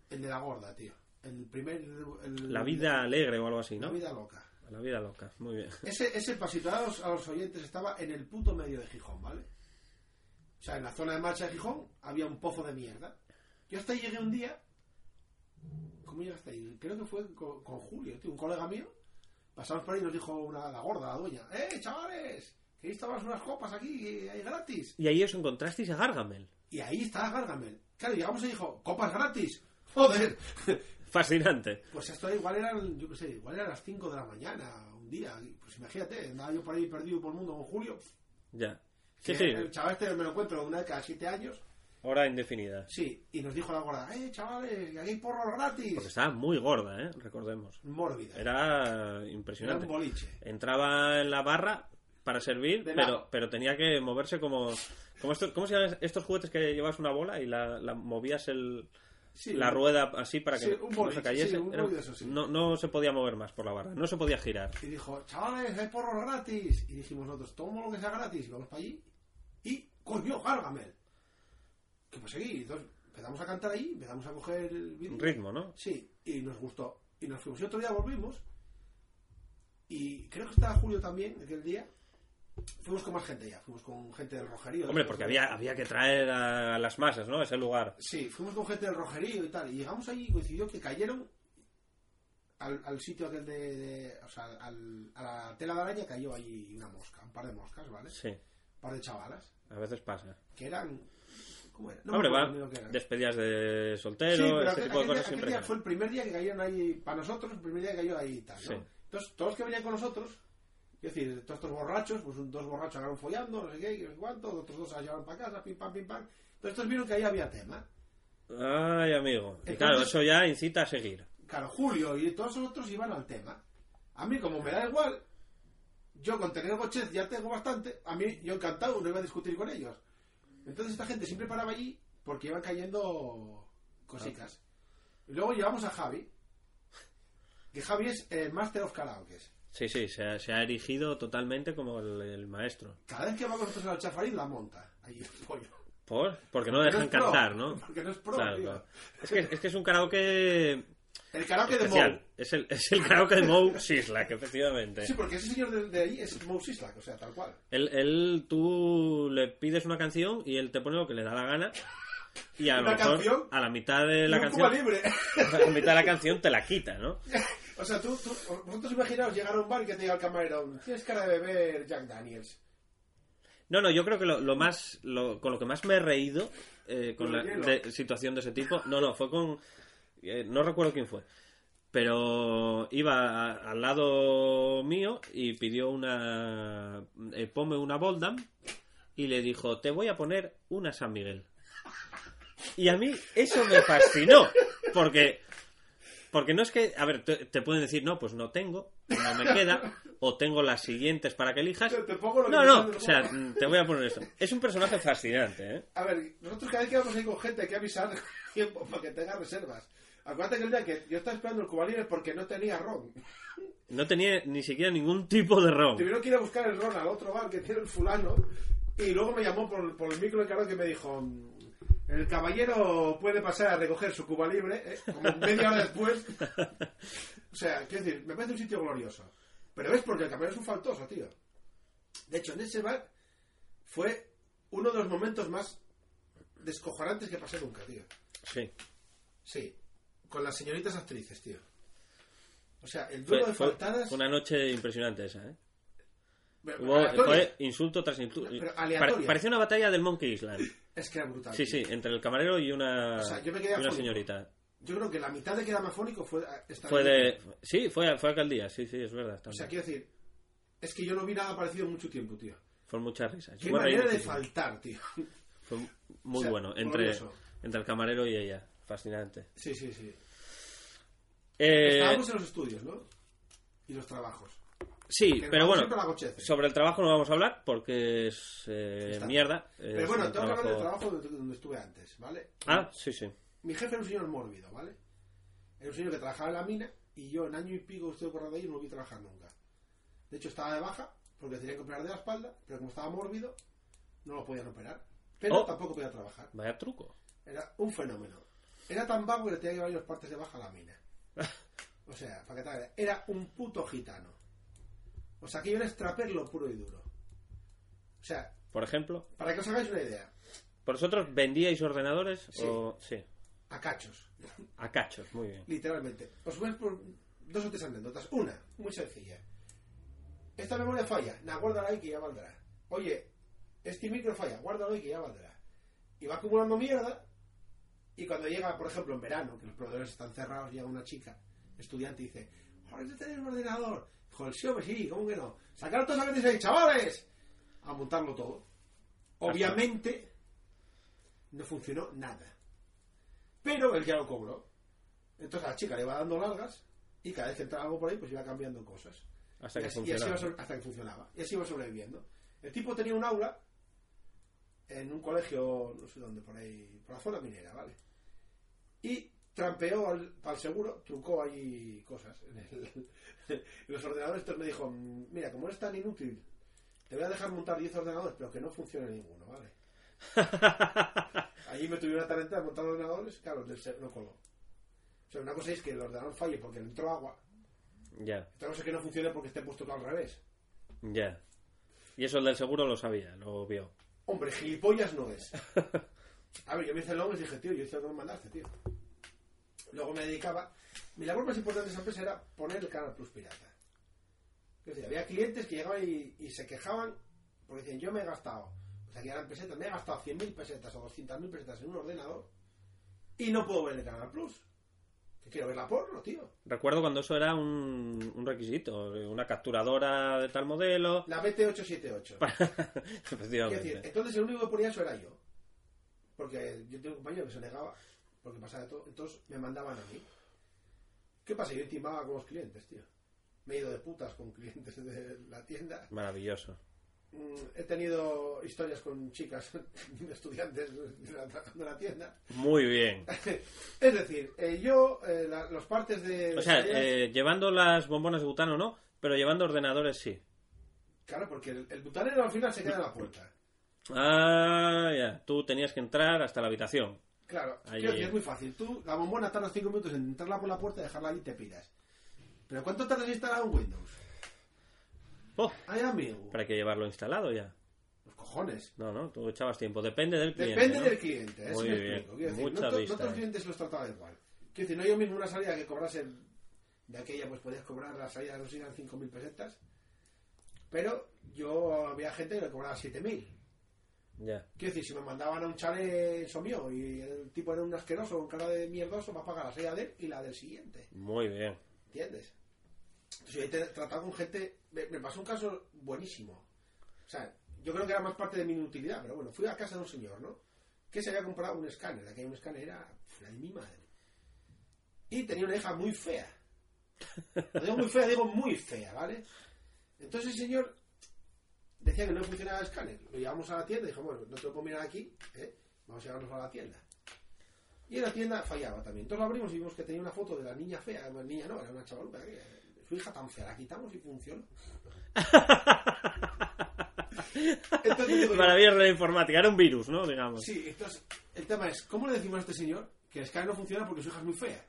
el de la gorda, tío. El primer. el-
La vida alegre o algo así,
La
¿no?
vida loca.
La vida loca, muy bien.
Ese, ese pasito a los, a los oyentes estaba en el puto medio de Gijón, ¿vale? O sea, en la zona de marcha de Gijón había un pozo de mierda. Yo hasta ahí llegué un día. ¿Cómo llegué hasta ahí? Creo que fue con, con Julio, tío, un colega mío. Pasamos por ahí y nos dijo una, la gorda, la dueña. ¡Eh, chavales! ¿Queréis tomaros unas copas aquí? ¡Hay gratis!
Y ahí os encontrasteis a Gargamel.
Y ahí estaba Gargamel. Claro, llegamos y dijo, ¡copas gratis! <laughs> ¡Joder!
Fascinante.
Pues esto igual eran, yo qué sé, igual eran las 5 de la mañana, un día. Pues imagínate, andaba yo por ahí perdido por el mundo con Julio.
Ya. Sí,
Que
sí.
El chaval este me lo encuentro una de cada siete años.
Hora indefinida.
Sí, y nos dijo la gorda, ¡eh, chavales, que aquí hay porros
Porque
gratis!
estaba muy gorda, ¿eh? Recordemos.
Mórbida.
Era
Era un
impresionante.
boliche.
Entraba en la barra para servir,
De
pero,
lado.
pero tenía que moverse como... como estos, ¿Cómo se llaman estos juguetes que llevas una bola y la, la movías el,
Sí,
la rueda así para que
Sí,
no-
un
no
boliche,
se cayese?
sí, un
Era-
boliche, eso sí.
no, no se podía mover más por la barra, no se podía girar.
Y dijo, chavales, hay porros gratis. Y dijimos nosotros, tomo lo que sea gratis, vamos para allí. Y, coño, Gargamel. Que pues seguí. Entonces empezamos a cantar ahí, empezamos a coger el vídeo.
Ritmo, ¿no?
Sí, y nos gustó. Y nos fuimos. Y otro día volvimos. Y creo que estaba Julio también aquel día. Fuimos con más gente ya. Fuimos con gente del Rogerío.
Hombre, porque había, había que traer a las masas, ¿no? A ese lugar.
Sí, fuimos con gente del Rogerío y tal. Y llegamos allí y coincidió que cayeron al, al sitio aquel de, de- O sea, al- a la tela de araña cayó allí una mosca, un par de moscas, ¿vale?
Sí,
Un par de chavalas.
a veces pasa.
Que eran. ¿Cómo era? No me
Hombre,
acuerdo
va,
ni lo que eran.
despedidas de
Sí,
soltero,
pero
este
aquel-
tipo de
aquel
cosas
día-
siempre.
aquel día
caen.
fue el primer día que cayeron ahí, para nosotros, el primer día que cayó ahí y tal, ¿no?
Sí.
Entonces, todos los que venían con nosotros, es decir, todos estos borrachos, pues un- dos borrachos acabaron follando, no sé qué, y no sé cuánto, otros dos se la llevaron para casa, pim, pam, pim, pam. Entonces, estos vieron que ahí había tema.
Ay, amigo. Y
Entonces-
claro, eso ya incita a seguir.
Claro, Julio y todos los otros iban al tema. A mí, como me da igual, yo con tener Gochez ya tengo bastante, a mí, yo encantado, no iba a discutir con ellos. Entonces, esta gente siempre paraba allí porque iban cayendo cositas. Y luego llevamos a Javi, que Javi es el Master of Karaoke.
Sí, sí, se ha, se ha erigido totalmente como el, el maestro.
Cada vez que vamos nosotros al chafarín, la monta. Ahí el pollo.
¿Por? Porque no
Porque
dejan
es pro,
cantar, ¿no?
Porque no es pro,
Claro,
tío.
claro. Es que, es que es un karaoke
El karaoke de Mou.
especial. Es el, es el karaoke de Moe Sislak, efectivamente.
Sí, porque ese señor de, de ahí es Mou Sislak, o sea, tal cual.
Él, él- tú le pides una canción y él te pone lo que le da la gana. Y a lo
Una
mejor
canción
a la mitad de la
Y un
canción.
Cuba libre.
<laughs> A la mitad de la canción te la quita, ¿no?
O sea, tú, tú, vosotros imaginaos llegar a un bar y que te diga el camarero, tienes cara de beber Jack Daniels.
No, no, yo creo que lo, lo más, lo- con lo que más me he reído eh, con
Con
la
el hielo.
de- situación de ese tipo, no, no, fue con, eh, no recuerdo quién fue, pero iba a- al lado mío y pidió una, eh, ponme una Boldam y le dijo, te voy a poner una San Miguel. Y a mí eso me fascinó, porque porque no es que, a ver, te, te pueden decir, no, pues no tengo, no me queda, o tengo las siguientes para que
<laughs>
elijas.
Te- te pongo lo que
no,
te
no,
sale del
o sea,
juego.
mm, te voy a poner esto. Es un personaje fascinante, ¿eh?
A ver, nosotros cada vez que vamos ahí con gente hay que avisar <laughs> con tiempo para que tenga reservas. Acuérdate que el día que yo estaba esperando el Cuba Libre porque no tenía ron.
No tenía ni siquiera ningún tipo de ron.
Tuvieron que ir a buscar el ron al otro bar que tiene el fulano. Y luego me llamó por, por el micro de carro que me dijo, "Mm, el caballero puede pasar a recoger su Cuba Libre, eh, como media hora después. O sea, quiero decir, me parece un sitio glorioso. Pero es porque el caballero es un faltoso, tío. De hecho, en ese bar fue uno de los momentos más descojonantes que pasé nunca, tío.
Sí,
Sí. Con las señoritas actrices, tío. O sea, el duelo
fue,
de
fue
faltadas...
una noche impresionante esa, ¿eh?
Pero-
Hubo-
aleatoria.
fue insulto tras insulto.
Pero
Pare-
aleatoria.
parecía una batalla del Monkey Island.
Es que era brutal.
Sí,
tío.
sí, entre el camarero y una,
O sea, yo me
y
quedé
una
afónico.
señorita.
Yo creo que la mitad de que era mafónico fue ah, esta
Fue
vez.
de... Sí, fue, fue aquel día, sí, sí, es verdad.
O sea,
también.
quiero decir, es que yo no vi nada parecido en mucho tiempo, tío.
Fue muchas risas. Yo
Qué
me reí
manera de
muchísimo.
faltar, tío. <laughs>
Fue muy
O sea,
bueno. Entre,
glorioso.
entre el camarero y ella. Fascinante.
Sí, sí, sí.
Eh,
Estábamos en los estudios, ¿no? Y los trabajos.
Eh, sí,
Que
pero
vamos
bueno.
siempre a la Gochece.
Sobre el trabajo no vamos a hablar porque es eh,
Está.
mierda.
Pero
Es
bueno,
un
tengo que hablar del
trabajo-
trabajo donde, donde estuve antes, ¿vale?
Ah, sí, sí.
Mi jefe era un señor mórbido, ¿vale? Era un señor que trabajaba en la mina y yo en año y pico estuve corriendo ahí y no lo vi trabajar nunca. De hecho, estaba de baja porque tenía que operar de la espalda, pero como estaba mórbido, no lo podían operar, pero
Oh.
tampoco podía trabajar.
Vaya truco.
Era un fenómeno. Era tan vago que le tenía que llevar dos partes de baja a la mina. O sea, para que te hagas- era un puto gitano. O sea, que yo era extraperlo puro y duro. O sea,
Por ejemplo,
para que os hagáis una idea,
¿vosotros vendíais ordenadores
Sí.
o...? Sí.
a cachos,
A cachos, muy bien.
literalmente. Os voy a por dos o tres anécdotas. Una, muy sencilla. Esta memoria falla, na, guárdala ahí que ya valdrá. Oye, este micro falla, guárdalo ahí que ya valdrá. Y va acumulando mierda. Y cuando llega, por ejemplo, en verano, que los proveedores están cerrados, llega una chica, estudiante, y dice: Ahora ya tenéis un ordenador. Joder, sí, hombre, sí, ¿cómo que no? Sacar todos los que tenéis ahí, chavales. A montarlo todo. Obviamente, no funcionó nada. Pero él ya lo cobró. Entonces a la chica le va dando largas y cada vez que entraba algo por ahí, pues iba cambiando cosas.
Hasta
Y
que
así- y así iba
funcionaba.
sobre- hasta que funcionaba. Y así iba sobreviviendo. El tipo tenía un aula en un colegio, no sé dónde, por ahí, por la zona minera, ¿vale? Y trampeó al, para el seguro, trucó ahí cosas. En, el- <laughs> en los ordenadores, entonces me dijo, "Mm, mira, como eres tan inútil, te voy a dejar montar 10 ordenadores, pero que no funcione ninguno,
<laughs>
¿vale? Allí me tuvieron una talenta de montar ordenadores, claro, del se- no coló. O sea, una cosa es que el ordenador falle porque le entró agua,
Ya,
otra cosa es que no funcione porque esté puesto todo al revés.
ya. Y eso el del seguro lo sabía, lo vio.
Hombre, gilipollas no es. A ver, yo me hice el hongo y dije, tío, yo hice lo que me mandaste, tío. Luego me dedicaba. Mi labor más importante de esa empresa era poner el Canal Plus pirata. Es decir, había clientes que llegaban y, y se quejaban porque decían, yo me he gastado, pues aquí eran pesetas, me he gastado 100.000 pesetas o 200.000 pesetas en un ordenador y no puedo ver el Canal Plus. Que quiero ver la porno, tío.
Recuerdo cuando eso era un, un requisito, una capturadora de tal modelo. <laughs>
La BT878. Quiero decir,
Efectivamente.
entonces el único que ponía eso era yo. Porque yo tengo un compañero que se negaba, porque pasaba de todo. Entonces me mandaban a mí. ¿Qué pasa? Yo intimaba con los clientes, tío. Me he ido de putas con clientes de la tienda.
Maravilloso.
Mm, He tenido historias con chicas, <laughs> estudiantes de la, de la tienda.
Muy
<laughs>
bien.
Es decir, eh, yo, eh, la- las partes de.
O sea,
tareas-
eh, llevando las bombonas de butano no, pero llevando ordenadores sí.
Claro, porque el, el butanero al final se queda en la puerta.
Ah, ya. Tú tenías que entrar hasta la habitación.
Claro,
Ahí.
creo que es muy fácil. Tú, la bombona tardas 5 minutos en entrarla por la puerta, dejarla ahí y te piras. ¿Pero cuánto tardas en instalar un Windows?
Oh,
Ay, amigo.
pero hay que llevarlo instalado ya.
Los cojones.
No, no, tú echabas tiempo. Depende del cliente.
Depende
¿no?
del cliente, ¿eh?
Muy
Si me
bien.
explico. Quiero decir,
Mucha
no, to- no
vista,
todos los
eh.
clientes los trataba igual. Quiero decir, no yo mismo una salida que cobrase de aquella, pues podías cobrar la salida, no sé si eran 5.000 pesetas. Pero yo había gente que le cobraba 7.000.
Ya.
Quiero decir, si me mandaban a un chale, eso mío, y el tipo era un asqueroso, un cara de mierdoso, va a pagar la salida de él y la del siguiente.
Muy bien.
¿Entiendes? Entonces, yo he te- tratado con gente. Me, me pasó un caso buenísimo. O sea, yo creo que era más parte de mi inutilidad, pero bueno, fui a casa de un señor, ¿no? Que se había comprado un escáner. Aquí hay un escáner, era la de mi madre. Y tenía una hija muy fea. No digo muy fea, digo muy fea, ¿vale? Entonces el señor decía que no funcionaba el escáner. Lo llevamos a la tienda y dijo, bueno, no te lo puedo mirar aquí, ¿eh? Vamos a llevarnos a la tienda. Y en la tienda fallaba también. Entonces la abrimos y vimos que tenía una foto de la niña fea. Bueno, niña no, era una chavaluca. aquella. Su hija tan fea, la quitamos y funcionó. Entonces digo yo,
Maravillas de la informática. Era un virus, ¿no? Digamos.
Sí, entonces el tema es, ¿cómo le decimos a este señor que el escáner no funciona porque su hija es muy fea?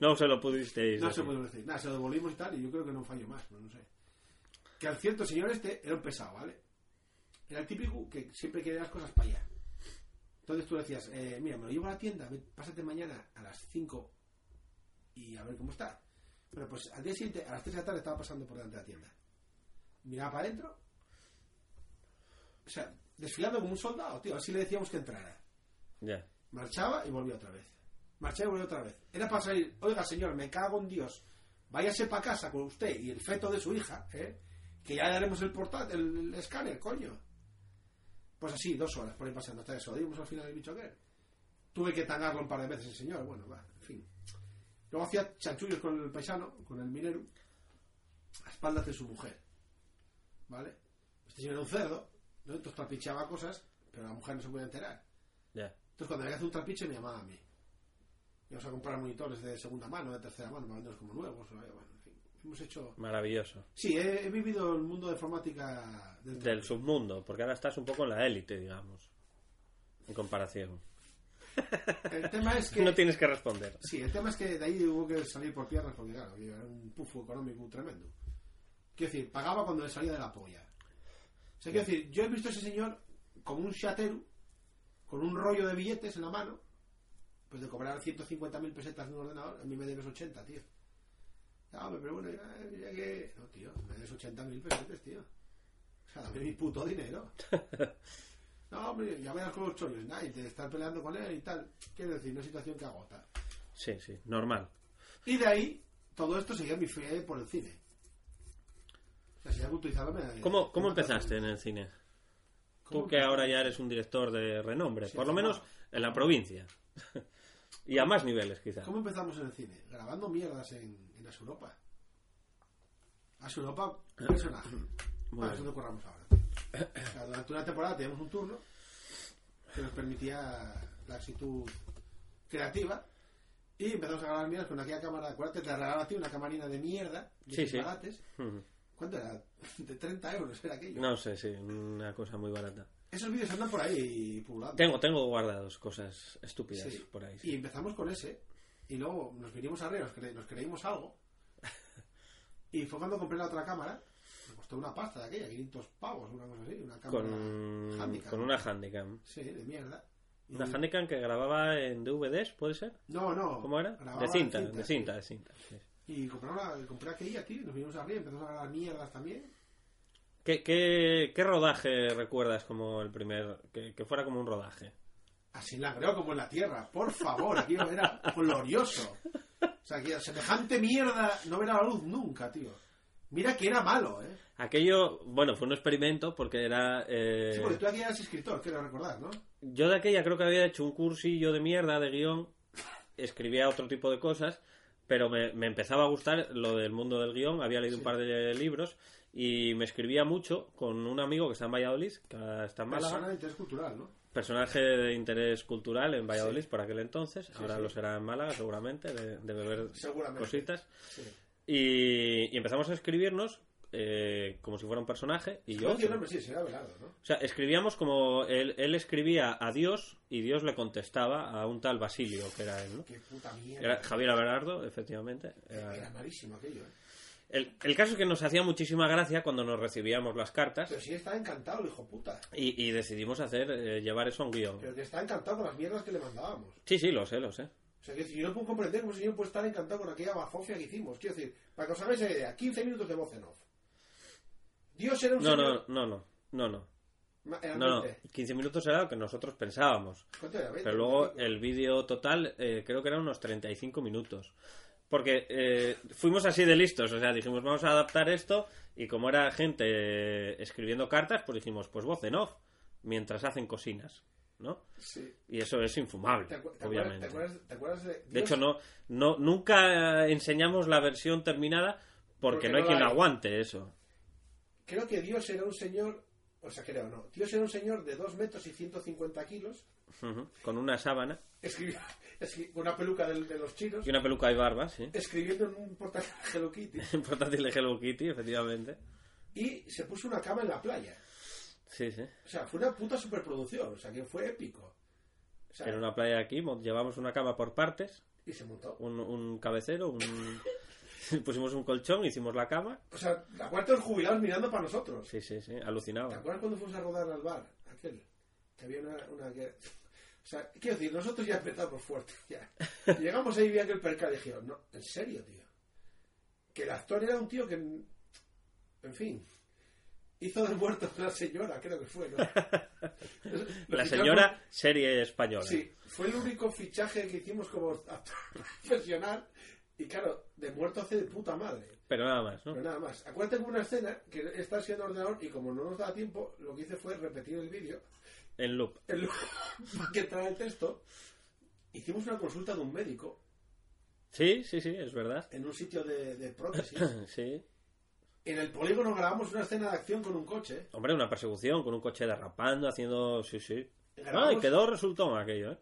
No se lo pudisteis.
No se
decir.
puede decir. Nada, se lo devolvimos y tal, y yo creo que no falló más, pero no sé. Que al cierto señor este era un pesado, ¿vale? Era el típico que siempre quiere las cosas para allá. Entonces tú decías, eh, mira, me lo llevo a la tienda, ve- pásate mañana a las 5 y a ver cómo está. Bueno, pues al día siguiente, a las 3 de la tarde, estaba pasando por delante de la tienda. Miraba para adentro. O sea, desfilando como un soldado, tío. Así le decíamos que entrara.
Ya.
Marchaba y volvía otra vez. Marchaba y volvía otra vez. Era para salir, oiga señor, me cago en Dios, váyase para casa con usted y el feto de su hija, ¿eh? que ya le daremos el portátil, el, el escáner, coño. Pues así, dos horas por ahí pasando hasta eso. Dimos al final del bicho aquel. Tuve que tangarlo un par de veces el señor, bueno, va, en fin. Luego hacía chanchullos con el paisano, con el minero, a espaldas de su mujer. ¿Vale? Este señor era un cerdo, ¿no? Entonces trapicheaba cosas, pero la mujer no se podía enterar.
Ya.
Entonces, cuando había que hacer un trapiche, me llamaba a mí. Íbamos a comprar monitores de segunda mano, de tercera mano, para venderlos como nuevos. o- Bueno, en fin, Hemos hecho.
Maravilloso.
Sí, he, he vivido el mundo de informática del
Del submundo, porque ahora estás un poco en la élite, digamos. En comparación.
El tema
<laughs>
es que.
No tienes que responder.
Sí, el tema es que de ahí hubo que salir por tierras porque, claro, había un pufo económico tremendo. Quiero decir, pagaba cuando le salía de la polla. O sea, quiero decir, yo he visto a ese señor como un chateru, con un rollo de billetes en la mano, pues de cobrar 150.000 pesetas de un ordenador, a mí me debes 80, tío. Ah, hombre, pero bueno, ya, ya que... No, tío, me debes 80.000 pesetas, tío. O sea, dame mi puto dinero. No, hombre, ya verás con los chollos, nada, y te estar peleando con él y tal. Quiero decir, una situación que agota.
Sí, sí, normal.
Y de ahí, todo esto seguía mi fe por el cine. O sea, seguía utilizándome.
¿Cómo, cómo empezaste en el cine? Tú que ahora ya eres un director de renombre,
Sí,
por lo menos
claro.
en la provincia. <laughs> y a más niveles, quizás.
¿Cómo empezamos en el cine? Grabando mierdas en, en As Europa. As Europa, personaje.
Muy
Para eso
bien.
nos curramos ahora. O sea, durante una temporada teníamos un turno que nos permitía la actitud creativa y empezamos a grabar mierdas con aquella cámara. Acuérdate, te regalaba a ti una camarina de mierda, de
Sí, sí.
disparates.
Ujú.
¿Cuánto era? De 30 euros era
<laughs>
aquello.
No sé, sí, una cosa muy barata.
Esos vídeos andan por ahí pululando.
Tengo, tengo guardados cosas estúpidas
Sí.
por ahí.
Y
sí.
empezamos con ese. Y luego nos vinimos arriba, nos, cre- nos
<laughs>
creímos algo. Y fue cuando compré la otra cámara. Me costó una pasta de aquella, 500 pavos, una cosa así. Una cámara
Con,
handicap.
con una Handicam.
Sí, de mierda. Y-
Una Handicam que grababa en DVDs, ¿puede ser?
No, no.
¿Cómo era?
Oh, grababa
De
en
cinta, de
sí.
cinta, de cinta. sí.
Y compré, una- compré aquella, tío. y Nos vinimos arriba, empezamos a grabar mierdas también.
¿Qué, qué, qué rodaje recuerdas como el primer... Que, que fuera como un rodaje?
Así la creo como en la tierra, por favor, aquello era glorioso. O sea, que semejante mierda no verá la luz nunca, tío. Mira que era malo, ¿eh?
Aquello, bueno, fue un experimento porque era... eh,
Sí, porque tú aquí eras escritor, quiero recordar, ¿no?
Yo de aquella creo que había hecho un cursillo de mierda de guión, <laughs> escribía otro tipo de cosas, pero me, me empezaba a gustar lo del mundo del guión, había leído un par de libros y me escribía mucho con un amigo que está en Valladolid, que ahora está en Málaga,
Persona de interés cultural, ¿no?
personaje de interés cultural en Valladolid por aquel entonces, ahora
sí.
lo será en Málaga seguramente, de, de beber
Seguramente.
cositas.
Sí.
Y, y empezamos a escribirnos eh, como si fuera un personaje y yo...
No tiene nombre, sí, será velado, ¿no?
O sea, escribíamos como él, él escribía a Dios y Dios le contestaba a un tal Basilio, que era él, ¿no?
Qué puta mierda.
Era Javier Abelardo, efectivamente.
Era,
Era-
malísimo aquello, ¿eh?
El, el caso es que nos hacía muchísima gracia cuando nos recibíamos las cartas
Pero sí estaba encantado, el hijo puta.
y, y decidimos hacer eh, llevar eso a un guión.
Pero que estaba encantado con las mierdas que le mandábamos.
Sí, sí, lo sé, lo sé.
O sea, que yo no puedo comprender cómo el señor puede estar encantado con aquella bazofia que hicimos. Quiero decir, para que os hagáis una idea, 15 minutos de voz en off. Dios era un
No, no,
señor...
no, no, no, no.
Ma- eran
No, no,
20.
15 minutos era lo que nosotros pensábamos.
¿Cuánto era? 20,
Pero luego eh,
25.
el vídeo total eh, creo que eran unos 35 minutos. Porque eh, fuimos así de listos, o sea, dijimos vamos a adaptar esto y como era gente eh, escribiendo cartas, pues dijimos pues voz en off, mientras hacen cocinas, ¿no?
Sí.
Y eso es infumable,
¿Te, acu- te acuerdas,
obviamente.
te, acuerdas, ¿Te acuerdas de...?
de hecho, no, no nunca enseñamos la versión terminada porque,
Porque
no hay
no
quien
la hay.
aguante eso.
Creo que Dios era un señor... O sea, creo, no. Dios era un señor de 2 metros y 150 kilos
Ujú. Con una sábana
escribió, <laughs> escri- con una peluca del- de, los chinos,
y una peluca y barba, sí. <laughs>
escribiendo en un portal de Hello Kitty.
Portátil de Hello Kitty, efectivamente.
Y se puso una cama en la playa.
Sí, sí.
O sea, fue una puta superproducción. O sea, que fue épico. O sea,
En una playa de aquí mo- llevamos una cama por partes,
y se montó.
un, un cabecero, un... <laughs> pusimos un colchón, hicimos la cama.
O sea, la cuarta de los jubilados mirando para nosotros.
Sí, sí, sí,
¿Te
alucinaba.
acuerdas cuando fuimos a rodar al bar? Aquel. Que había una... una que- O sea, quiero decir, nosotros ya empezamos fuerte.
<laughs>
Ya. Llegamos ahí y vi aquel percal y dijeron, no, en serio, tío. Que el actor era un tío que... En fin. Hizo de muerto a la señora, creo
<laughs>
que fue. ¿no? Lo
La
ficharon-
señora, eh. serie española.
Sí, fue el único fichaje que hicimos como actor <laughs> profesional. Y claro, de muerto hace de puta madre.
Pero nada más, ¿no?
Pero nada más. Acuérdate que hubo una escena que está siendo ordenador y como no nos daba tiempo, lo que hice fue repetir el vídeo.
En loop.
El... <laughs> que trae el texto. Hicimos una consulta de un médico
Sí, sí, sí, es verdad. <laughs>
en un sitio de, de
<coughs>
prótesis.
Sí.
En el polígono grabamos una escena de acción con un coche.
Hombre, una persecución con un coche derrapando, haciendo... Sí, sí.
Grabamos-
Ah, y quedó resultón aquello, ¿eh?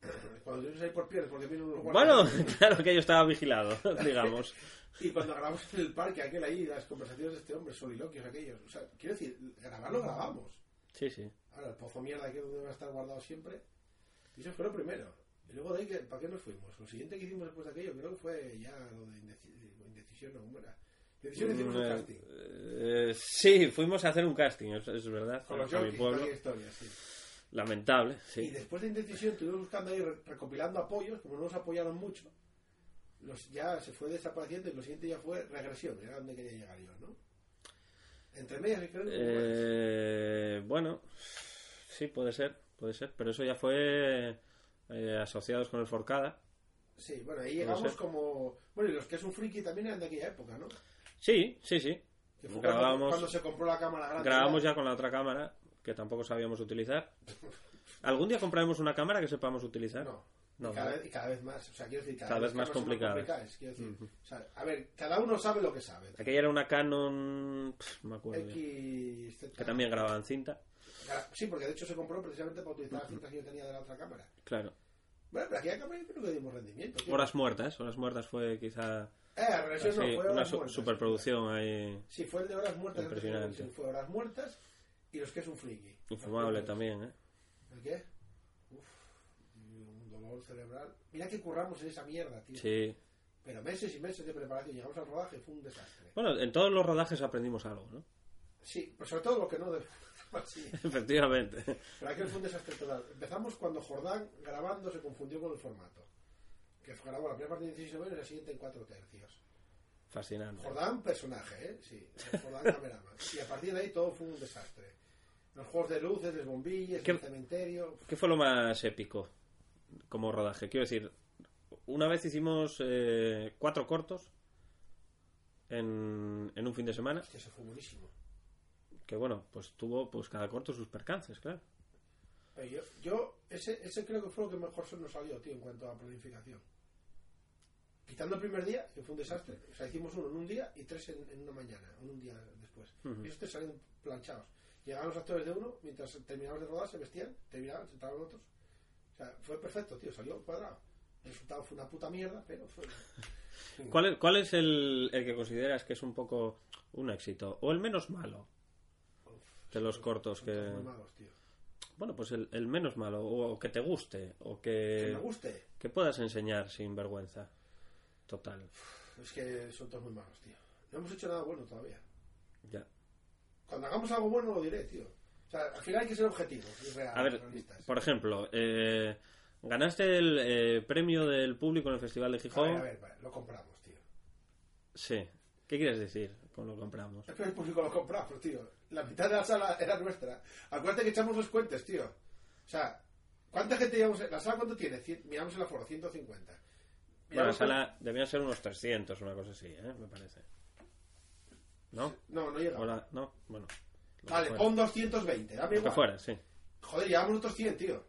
<laughs> Cuando yo no sé por pierdes, porque vienen unos
Bueno, <laughs>
guardias.
claro que yo estaba vigilado, <laughs> digamos.
Y cuando grabamos en el parque, aquel ahí, las conversaciones de este hombre, soliloquios aquellos. O sea, quiero decir, grabarlo grabamos.
Sí, sí.
Ahora, el pozo mierda que debe estar guardado siempre. Y eso fue lo primero. Y luego de ahí, que- ¿para qué nos fuimos? Lo siguiente que hicimos después de aquello, creo que fue ya lo de indeci- indecisión, no, ¿cómo era? Indecisión hicimos un
Mm,
casting.
eh, sí, fuimos a hacer un casting, es, es verdad.
Con los
a mi
jockeys,
pueblo.
varias historias, sí.
Lamentable,
Y
sí.
después de indecisión estuvimos buscando ahí, re- recopilando apoyos, como no nos apoyaron mucho, los, ya se fue desapareciendo y lo siguiente ya fue regresión, era donde quería llegar yo, ¿no? Entre medias, creo que hubo más.
Eh, bueno, sí, puede ser, puede ser. Pero eso ya fue eh, asociados con el Forcada.
Sí, bueno, ahí llegamos
puede ser.
como... Bueno, y los que es un friki también eran de aquella época, ¿no?
Sí, sí, sí.
Que fue cuando,
Grabamos-
cuando se compró la cámara grande.
Grabamos ya con la otra cámara, que tampoco sabíamos utilizar. ¿Algún día compraremos una cámara que sepamos utilizar?
No.
No,
y, cada,
¿verdad?
vez- y cada vez más, o sea, quiero decir, cada,
Cada vez más
las cámaras son
complicadas.
complicadas, quiero decir. O sea, a ver, cada uno sabe lo que sabe.
Aquella era una Canon... pf, no me acuerdo bien,
X, Z.
Que también grababan cinta.
Gra- Sí, porque de hecho se compró precisamente para utilizar las cintas que yo tenía de la otra cámara.
Claro.
Bueno, pero aquí cámara yo creo que dimos rendimiento. tío.
Horas muertas. Horas muertas fue quizá...
Eh, al revés, no,
así,
fue
una
horas
su-
muertas.
superproducción ahí...
Sí, fue el de horas muertas.
Impresionante.
Sí, Fue horas muertas y los que es un friki.
Infumable
Los que-
también, ¿eh?
¿El qué? Uf, y un dolor cerebral. Mira que curramos en esa mierda, tío.
Sí.
Pero meses y meses de preparación. Llegamos al rodaje y fue un desastre.
Bueno, en todos los rodajes aprendimos algo, ¿no?
Sí, pero sobre todo lo que no <laughs> debe. Sí,
<laughs> Efectivamente.
pero aquel fue un desastre total. Empezamos cuando Jordán grabando se confundió con el formato. Que grabó la primera parte en 16 menos y la siguiente en 4 tercios.
Fascinante.
Jordán, personaje, ¿eh? Sí, Jordán Camerama. Y a partir de ahí todo fue un desastre. Los juegos de luces, las bombillas,
¿Qué-
el cementerio.
¿Qué fue lo más épico como rodaje? Quiero decir, una vez hicimos eh, cuatro cortos en, en un fin de semana,
Hostia, eso fue buenísimo.
que bueno, pues tuvo pues cada corto sus percances, claro.
Pero yo, yo ese, ese creo que fue lo que mejor se nos salió, tío, en cuanto a planificación. Quitando el primer día, que fue un desastre. O sea, hicimos uno en un día y tres en, en una mañana, en un día después.
Ujú.
Y esos te salen planchados. Llegaban los actores de uno, mientras terminaban de rodar, se vestían, te miraban, se estaban otros. O sea, fue perfecto, tío, salió cuadrado. El resultado fue una puta mierda, pero fue...
<laughs> ¿Cuál es, cuál es el, el que consideras que es un poco un éxito? ¿O el menos malo?
Uf,
De los
son-
cortos
son
que-
todos muy malos, tío.
Bueno, pues el, el menos malo, o que te guste, o
Que
que,
me guste.
que puedas enseñar sin vergüenza. Total,
Es que son todos muy malos, tío. No hemos hecho nada bueno todavía.
ya.
Cuando hagamos algo bueno lo diré, tío. O sea, al final hay que ser objetivos y reales,
A ver,
realistas.
por ejemplo, eh, ganaste el eh, premio del público en el Festival de
A
Gijón.
ver, a ver, vale, lo compramos, tío.
Sí. ¿Qué quieres decir con lo compramos?
Es que el público lo compramos, tío. La mitad de la sala era nuestra. Acuérdate que echamos los cuentes, tío. O sea, ¿cuánta gente llevamos? en- ¿La sala cuánto tiene? Cien- miramos el aforo, 150.
Bueno, la
Miramos cuánto-
sala debían ser unos 300, una cosa así, ¿eh? Me parece. ¿No?
No, no llega.
¿O la- No, bueno. lo que
Vale,
fuera.
pon 220. Dame
pues. Lo que
igual.
fuera, sí.
Joder, llevamos otros 100, tío.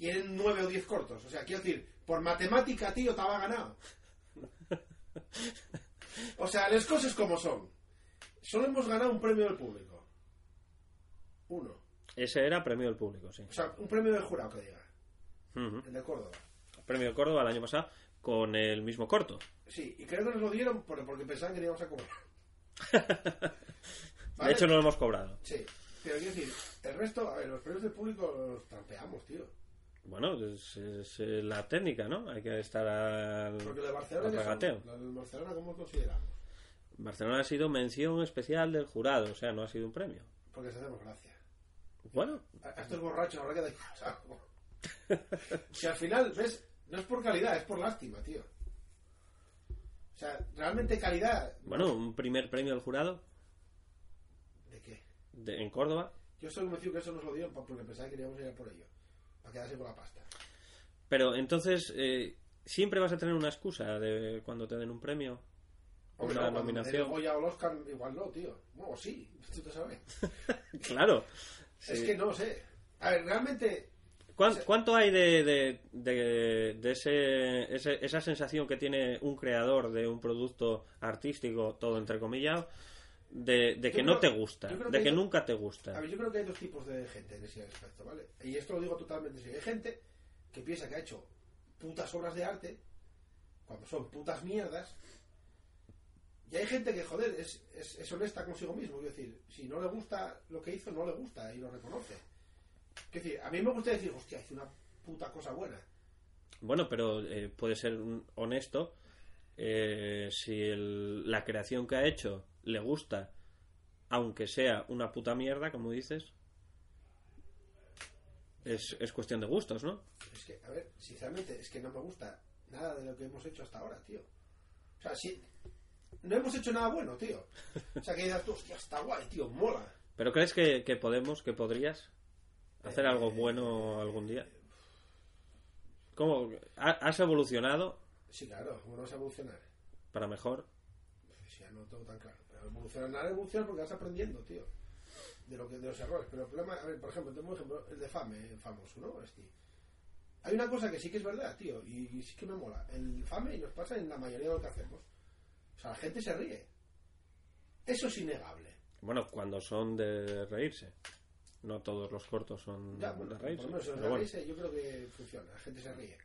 Y eran 9 o 10 cortos. O sea, quiero decir, por matemática, tío, estaba ganado. O sea, las cosas como son. Solo hemos ganado un premio del público. Uno.
Ese era premio del público, sí.
O sea, un premio del jurado que diga.
Ujú.
El de Córdoba.
Premio de Córdoba el año pasado con el mismo corto.
Sí, y creo que nos lo dieron por- porque pensaban que le íbamos a cobrar.
<laughs> De
Vale.
hecho, no lo hemos cobrado.
Sí. Pero quiero decir, el resto, a ver, los premios del público los trampeamos, tío.
Bueno, es, es, eh, la técnica, ¿no? Hay que estar al...
Porque lo de Barcelona.
al
ya son-
regateo.
Lo de Barcelona, ¿cómo lo consideramos?
Barcelona ha sido mención especial del jurado, o sea, no ha sido un premio.
Porque se hacemos gracia.
Bueno,
A a estos borrachos habrá que decirles algo. <laughs> Si al final, ¿ves? No es por calidad, es por lástima, tío. O sea, realmente calidad.
bueno, un primer premio del jurado
¿De qué?
de- en Córdoba.
Yo estoy convencido que eso nos lo dieron pa- porque pensaba que queríamos ir a por ello. Para quedarse con la pasta.
Pero entonces, eh, siempre vas a tener una excusa de cuando te den un premio.
O
Una nominación.
O ya o el Oscar, igual no, tío. Bueno, o sí, <laughs> tú te sabes.
Claro.
Es
Sí.
que no sé. A ver, realmente.
¿Cuán- ¿Cuánto hay de, de- de- de ese- ese- esa sensación que tiene un creador de un producto artístico, todo entre comillas, de, de
Yo
que no te
creo-
gusta,
yo creo
de
que
que
eso-
nunca te
A
gusta?
ver, yo creo que hay dos tipos de gente en ese aspecto, ¿vale? Y esto lo digo totalmente en serio. Hay gente que piensa que ha hecho putas obras de arte, cuando son putas mierdas, y hay gente que, joder, es, es, es honesta consigo mismo. Es decir, si no le gusta lo que hizo, no le gusta y lo reconoce. Es decir, a mí me gusta decir, hostia, hice una puta cosa buena.
Bueno, pero eh, puede ser un- honesto eh, si el- la creación que ha hecho le gusta, aunque sea una puta mierda, como dices. Es, es cuestión de gustos, ¿no?
Es que, a ver, sinceramente, es que no me gusta nada de lo que hemos hecho hasta ahora, tío. O sea, sí, no hemos hecho nada bueno, tío. O sea, que digas tú, hostia, está guay, tío, mola.
¿Pero crees que, que podemos, que podrías hacer algo
Eh,
bueno algún día? ¿Cómo? ¿Ha- ¿Has evolucionado
Sí, claro, ¿cómo no vas a evolucionar?
para mejor?
Pues ya no lo tengo tan claro. Pero evolucionar, nada evolucionar porque vas aprendiendo, tío. De, lo que, de los errores. Pero el problema, a ver, por ejemplo, tengo un ejemplo, el de Fame, el famoso, ¿no? Este. Hay una cosa que sí que es verdad, tío, y, y sí que me mola. El Fame nos pasa en la mayoría de lo que hacemos. O sea, la gente se ríe. Eso es innegable.
Bueno, cuando son de reírse. No todos los cortos son
Ya, bueno,
de reírse.
por lo menos en
pero
la
bueno.
risa yo creo que funciona, la gente se ríe.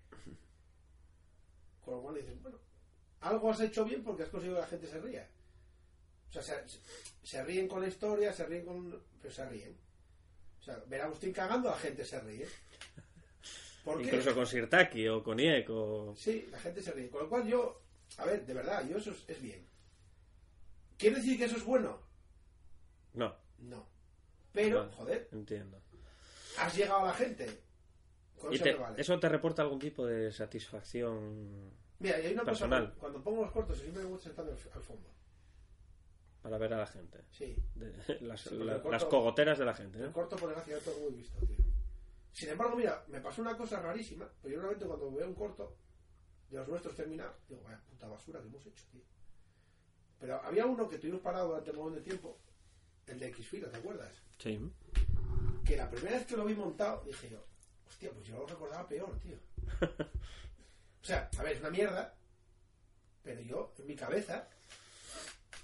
Con lo cual dicen, bueno, algo has hecho bien porque has conseguido que la gente se ría. O sea, se, se- se ríen con la historia, se ríen con... pero se ríen. O sea, ver a Agustín cagando, la gente se ríe. ¿Por qué?
Incluso con Sirtaki o con IEC o...
Sí, la gente se ríe. Con lo cual yo, a ver, de verdad, yo eso es, es bien. ¿Quiere decir que eso es bueno?
No,
No. Pero,
Vale.
joder,
entiendo.
has llegado a la gente. Con
¿Y
eso
te-
me vale.
eso te reporta algún tipo de satisfacción
Mira, y hay una
Personal.
cosa. Cuando pongo los cortos, siempre me voy sentando al, al fondo.
para ver a la gente?
Sí.
De- <laughs> las,
Sí, porque
la-
el corto-
las cogoteras de la gente,
El
¿no?
corto por desgracia todo muy visto, tío. Sin embargo, mira, me pasó una cosa rarísima. Pero yo normalmente cuando veo un corto de los nuestros terminar, digo, vaya puta basura que hemos hecho, tío. Pero había uno que tuvimos parado durante un montón de tiempo. El de X fila, ¿te acuerdas?
Sí.
Que la primera vez que lo vi montado, dije yo, hostia, pues yo lo recordaba peor,
<laughs>
tío. o sea, a ver, es una mierda. Pero yo, en mi cabeza,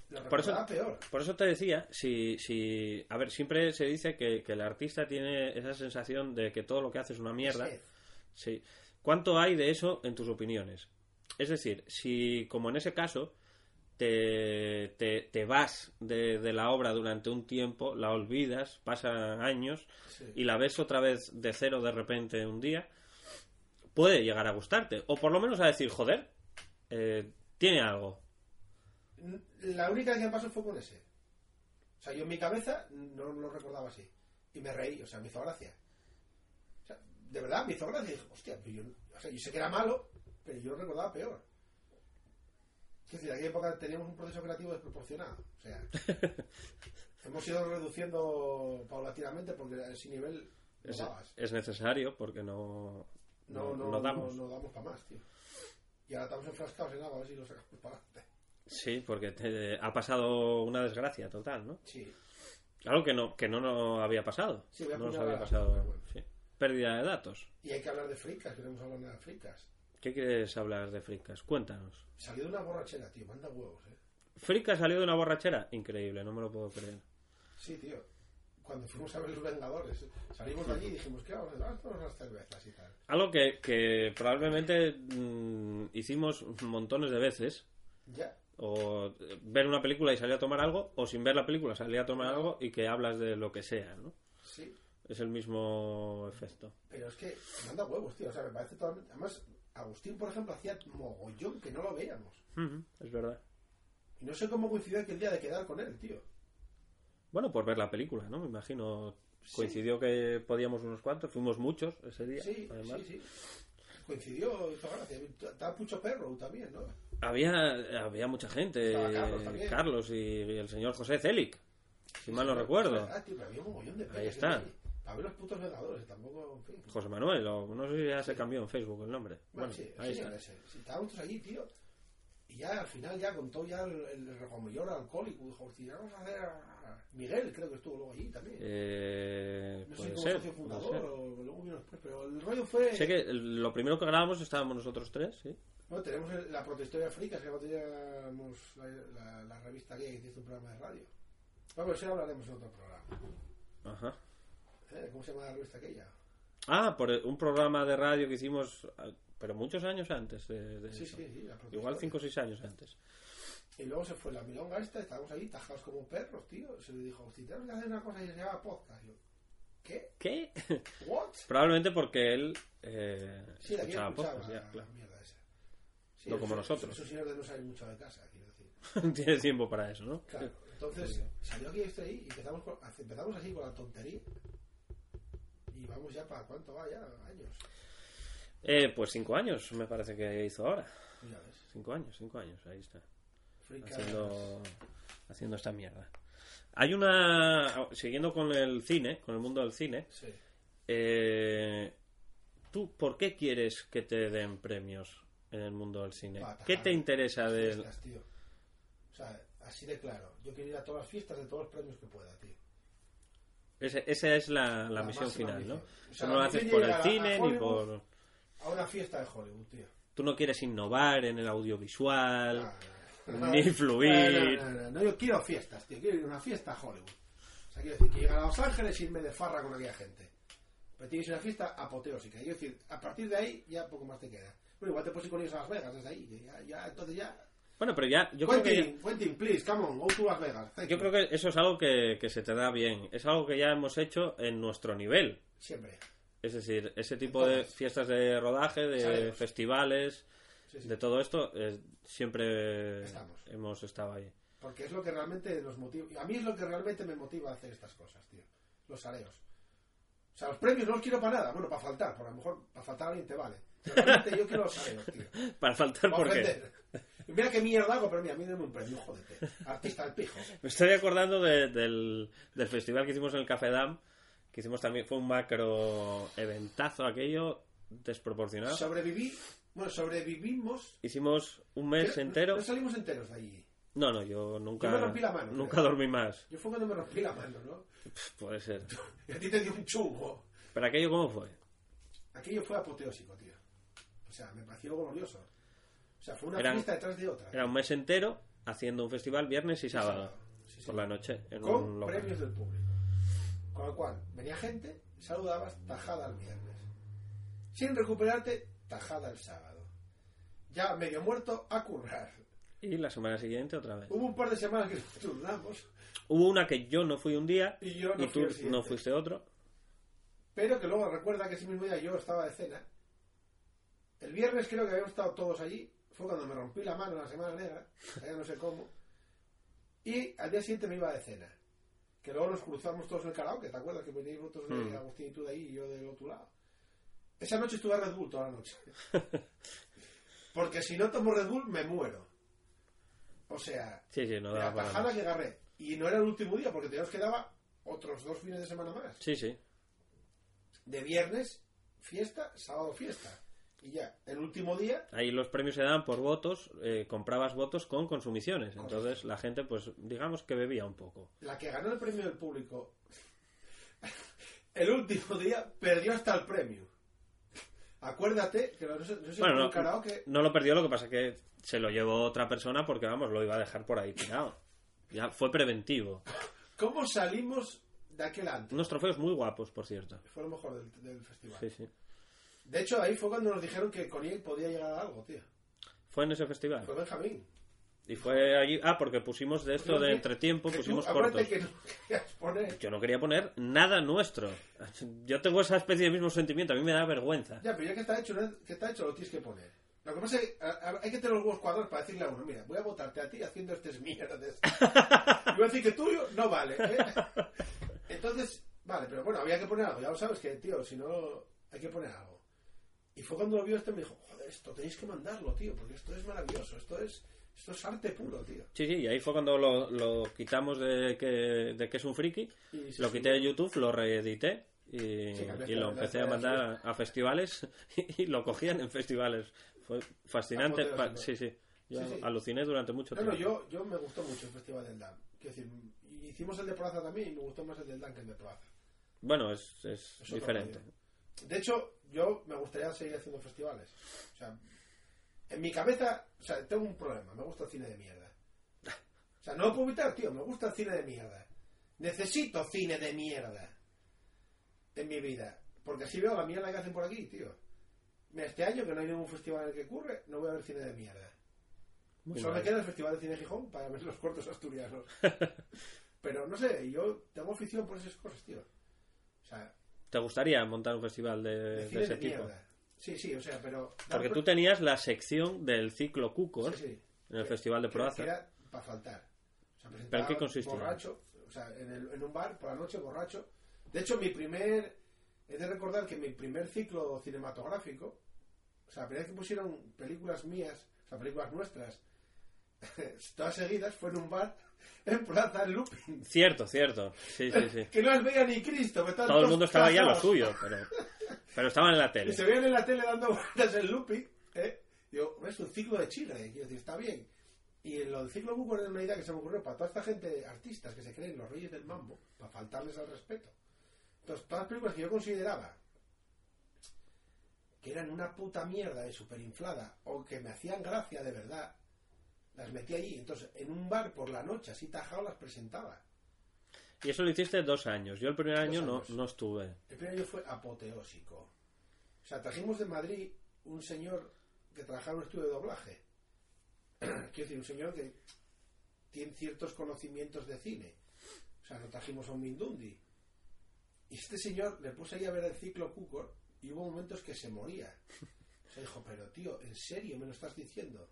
lo
Por eso-
recordaba peor.
Por eso te decía, si, si... A ver, siempre se dice que, que el artista tiene esa sensación de que todo lo que hace es una mierda.
Es que-
Sí. ¿Cuánto hay de eso en tus opiniones? Es decir, si, como en ese caso, te, te, te vas de, de la obra durante un tiempo, la olvidas, pasan años
Sí.
y la ves otra vez de cero de repente un día, puede llegar a gustarte. O por lo menos a decir, joder, eh, tiene algo.
La única que me pasó fue con ese. O sea, yo en mi cabeza no lo recordaba así. Y me reí, o sea, me hizo gracia. O sea, de verdad, me hizo gracia. Dije, hostia, pero yo, o sea, yo sé que era malo, pero yo lo recordaba peor. Es decir, en aquella época teníamos un proceso creativo desproporcionado. O sea,
<laughs>
hemos ido reduciendo paulatinamente porque a ese nivel no
Es,
dabas.
es necesario porque no,
No,
no,
no,
no
no,
damos.
no damos para más, tío. Y ahora estamos enfrascados en algo, a ver si lo sacamos para adelante.
Sí, porque te- ha pasado una desgracia total, ¿no?
Sí.
Algo que no, que no nos había pasado.
Sí, voy a
no nos
apuntar
había
a-
pasado.
bueno.
sí. Pérdida de datos.
Y hay que hablar de fricas, queremos hablar de las fricas.
¿Qué quieres hablar de Fricas? Cuéntanos.
Salió de una borrachera, tío, manda huevos, eh.
¿Fricas salió de una borrachera? Increíble, no me lo puedo creer.
Sí, tío. Cuando fuimos a ver los Vengadores, salimos de allí y dijimos, ¿qué vamos a hacer? Vamos a tomar unas cervezas y tal.
Algo que, que probablemente mm, hicimos montones de veces.
Ya.
O eh, ver una película y salir a tomar algo, o sin ver la película salir a tomar algo y que hablas de lo que sea, ¿no?
Sí.
Es el mismo efecto.
Pero es que manda huevos, tío. O sea, me parece totalmente... Además, Agustín, por ejemplo, hacía mogollón que no lo veíamos.
Ujú, Es verdad.
Y no sé cómo coincidió que el día de quedar con él, tío.
Bueno, por ver la película, ¿no? Me imagino. Coincidió que podíamos unos cuantos, fuimos muchos ese día.
Sí,
además.
sí, sí. Coincidió, hizo gracia. Estaba Pucho Perro también, ¿no?
Había, había mucha gente.
Estaba Carlos
eh,
también.
Carlos y, y el señor José Celic, si mal no recuerdo.
Ah, tío, pero había un mogollón de peña
Ahí
que
está.
no vi. Para ver los putos Vengadores, tampoco... En fin.
José Manuel, o no sé si ya se cambió en Facebook el nombre.
Bueno,
Bueno,
sí,
ahí
sí,
está.
ese. Sí, estábamos todos allí, tío. Y ya al final ya contó ya el, el regomello alcohólico. Dijo, "Hostia, vamos a hacer... a-". Miguel creo que estuvo luego allí también.
Eh,
no sé
puede
cómo
ser.
socio
puede
fundador
ser.
o luego vino después. Pero el rollo fue...
Sé que el- lo primero que grabamos estábamos nosotros tres, ¿sí?
Bueno, tenemos el- la protohistoria fricas que cuando teníamos la, la, la revista Guía que hiciste un programa de radio. Bueno, pero eso ya hablaremos en otro programa.
Ajá.
¿eh? ¿Cómo se llama la revista aquella?
Ah, por un programa de radio que hicimos, ah, pero muchos años antes. de- de
Sí,
eso.
sí, sí, la propia
Igual
historia.
5 o 6 años antes.
Y luego se fue la milonga esta, estábamos ahí tajados como perros, tío. Se le dijo, si tenemos que hacer una cosa y se llama podcast. Y yo, ¿qué?
¿Qué? <laughs>
¿What?
Probablemente porque él eh,
Sí, aquí
escuchaba
escuchaba
podcast,
la
pues ya, claro.
mierda esa.
No como
eso-
nosotros.
Esos señores no saben mucho de casa, quiero decir.
<laughs> Tiene tiempo para eso, ¿no?
Claro, entonces salió aquí este ahí y empezamos, con- empezamos así con la tontería. Y vamos ya para cuánto va ya, años.
Eh, pues 5 años me parece que hizo ahora.
Pues ya ves.
5 años, 5 años, ahí está.
Freak
haciendo, haciendo esta mierda. Hay una. ah, Siguiendo con el cine, con el mundo del cine.
Sí.
eh, ¿Tú por qué quieres que te den premios en el mundo del cine?
Para atajar
¿Qué te interesa
las
del.?
fiestas, tío. O sea, así de claro. Yo quiero ir a todas las fiestas de todos los premios que pueda, tío.
Ese- esa es la, la
La
misión
máxima
final, ¿no?
misión. O
Eso
sea,
no lo
a mí
haces
me
por el
llega a- a
cine ni
Hollywood.
por.
A una fiesta de Hollywood, tío.
Tú no quieres innovar en el audiovisual.
Ah,
Ni fluir.
No, no, no, no, no, yo quiero fiestas, tío. Quiero ir a una fiesta a Hollywood. O sea, quiero decir que llegar a Los Ángeles y irme de farra con aquella gente. Pero tienes una fiesta apoteósica. Quiero decir, a partir de ahí ya poco más te queda. Bueno, igual te puedes ir con ellos a Las Vegas desde ahí. que Ya, ya, entonces ya.
Bueno, pero ya. Yo creo que. ya-
Quentin, Quentin, please, come on, go to Las Vegas. Thank
yo
you.
creo que eso es algo que, que se te da bien. Es algo que ya hemos hecho en nuestro nivel.
Siempre.
Es decir, ese tipo de
Entonces,
fiestas de rodaje, de
sabemos.
festivales,
Sí, sí.
de todo esto, eh, siempre
Estamos.
hemos estado ahí. <laughs>
Porque es lo que realmente nos motiva. A mí es lo que realmente me motiva a hacer estas cosas, tío. Los areos. O sea, los premios no los quiero para nada. Bueno, para faltar, porque a lo mejor para faltar a alguien te vale. Pero realmente yo quiero los areos,
<laughs>
tío.
Para faltar,
Para
¿por qué?
ofender. Y Mira qué mierda hago, pero mira, mírame un premio, jódete. Artista del pijo.
Me estoy acordando de- del, del festival que hicimos en el Café Dam, que hicimos también, fue un macro eventazo aquello, desproporcionado.
Sobreviví. Bueno, sobrevivimos.
Hicimos un mes
Creo-
entero.
No salimos enteros de allí.
No, no, yo nunca,
Yo me rompí la mano,
nunca
creo.
dormí más.
Yo fue cuando me rompí la mano, ¿no?
Pff, Puede ser.
Y a ti te dio un chungo.
¿Pero aquello cómo fue?
Aquello fue apoteósico, tío. O sea, me pareció glorioso. O sea, fue una
Eran-
fiesta detrás de otra.
Era un mes entero haciendo un festival viernes y sábado.
Sí, sí.
Por la noche, en un
con
local.
premios del público. Con lo cual, venía gente, saludabas tajada el viernes. Sin recuperarte, tajada el sábado. Ya medio muerto, a currar.
Y la semana siguiente otra vez.
Hubo un par de semanas que <laughs> nos turnamos,
Hubo una que yo no fui un día
Y yo no fui
tú
al siguiente.
no fuiste otro.
pero que luego recuerda que ese mismo día yo estaba de cena. El viernes creo que habíamos estado todos allí. Fue cuando me rompí la mano en la Semana Negra, o sea, ya no sé cómo. Y al día siguiente me iba de cena. Que luego nos cruzamos todos en el karaoke, ¿te acuerdas? Que veníais vosotros de
Mm.
Agustín y tú de ahí y yo del otro lado. Esa noche estuve a Red Bull toda la noche. Porque si no tomo Red Bull, me muero. O sea,
Sí, sí, no
la
daba para
tajada
más.
que agarré. Y no era el último día, porque teníamos quedaba otros dos fines de semana más.
Sí, sí.
De viernes, fiesta, sábado, fiesta. Y ya, el último día,
Ahí los premios se daban por votos, eh, comprabas votos con consumiciones. Entonces la gente, pues digamos que bebía un poco.
la que ganó el premio del público, <laughs> el último día perdió hasta el premio. Acuérdate que no sé, no sé si
Bueno,
fue
no,
un karaoke.
no lo perdió, lo que pasa es que se lo llevó otra persona porque, vamos, lo iba a dejar por ahí tirado. Ya fue preventivo.
¿Cómo salimos de aquel antes?
Unos trofeos muy guapos, por cierto.
Fue lo mejor del, del festival.
Sí, sí.
De hecho, ahí fue cuando nos dijeron que con él podía llegar a algo, tío.
Fue en ese festival.
Fue Benjamín.
Y fue allí. Ah, porque pusimos de esto de
Que-
entretiempo,
que tú,
pusimos cortos.
acuérdate que no <laughs> querías poner.
Yo no quería poner nada nuestro. Yo tengo esa especie de mismo sentimiento. A mí me da vergüenza.
Ya, pero ya que está hecho, ¿no? que está hecho, lo tienes que poner. Lo que pasa es que a- a- hay que tener los huevos cuadrados para decirle a uno, mira, voy a votarte a ti haciendo este estas mierdas.
<laughs>
Y voy a decir que tuyo no vale. ¿eh? Entonces, vale, pero bueno, había que poner algo. Ya lo sabes que, tío, si no, hay que poner algo. Y fue cuando lo vio este me dijo, joder, esto tenéis que mandarlo, tío, porque esto es maravilloso, esto es, esto es arte puro, tío.
Sí, sí, y ahí fue cuando lo, lo quitamos de que, de que es un friki.
Y se
Lo
subió.
quité de YouTube, lo reedité y,
Sí, cambiaste
y lo
la-
empecé
la-
a mandar a festivales <laughs> y lo cogían en festivales. Fue fascinante.
Apoteósico.
Pa- sí, sí. Yo
Sí, sí.
aluciné durante mucho
No,
tiempo.
no, yo, yo me gustó mucho el Festival del DAM. Quiero decir, hicimos el de Plaza también y me gustó más el del DAM que el de Plaza.
Bueno, es, es
Es otro
diferente.
rollo. De hecho, yo me gustaría seguir haciendo festivales. O sea, en mi cabeza, o sea, tengo un problema. Me gusta el cine de mierda. O sea, no lo puedo evitar, tío. Me gusta el cine de mierda. Necesito cine de mierda en mi vida. Porque así veo la mierda que hacen por aquí, tío. Mira, este año que no hay ningún festival en el que ocurre, no voy a ver cine de mierda.
Muy mal.
Solo me Pues queda el Festival de Cine de Gijón para ver los cortos asturianos.
<laughs>
Pero no sé, yo tengo afición por esas cosas, tío. O sea,
¿Te gustaría montar un festival de,
de
de
cine
ese
de
tipo?
mierda. Sí, sí, o sea, pero.
Porque tú tenías la sección del ciclo Cucos
Sí, sí.
en el Festival de
Que- que
Proaza.
Era para faltar. O sea, presentaba
qué consistía?
Borracho, o sea, en, el- en un bar por la noche, borracho. De hecho, mi primer. He de recordar que mi primer ciclo cinematográfico, o sea, la primera vez que pusieron películas mías, o sea, películas nuestras, <laughs> todas seguidas, fue en un bar <laughs> en Plaza en Looping.
Cierto, cierto. Sí, sí,
<laughs>
sí.
Que no las veía ni Cristo. que estaban
Todo el
todos
mundo estaba ya en lo
casados.
suyo, pero, pero estaban en la
<laughs> Y
tele.
se veían en la tele dando vueltas en looping, ¿eh? Digo, es un ciclo de Chile, quiero decir, está bien. Y en lo del ciclo Buco era una idea que se me ocurrió para toda esta gente, artistas que se creen los reyes del mambo, para faltarles al respeto. Entonces, todas las películas que yo consideraba que eran una puta mierda de superinflada o que me hacían gracia de verdad, las metí allí. Entonces, en un bar por la noche, así tajado, las presentaba.
Y eso lo hiciste dos años. Yo el primer año no,
años.
no estuve.
El primer año fue apoteósico. O sea, trajimos de Madrid un señor que trabajaba en un estudio de doblaje. <clears throat> Quiero decir, un señor que tiene ciertos conocimientos de cine. O sea, no trajimos a un Mindundi. Y este señor le puse ahí a ver el ciclo Cucor y hubo momentos que se moría. O sea, dijo, pero tío, ¿en serio me lo estás diciendo?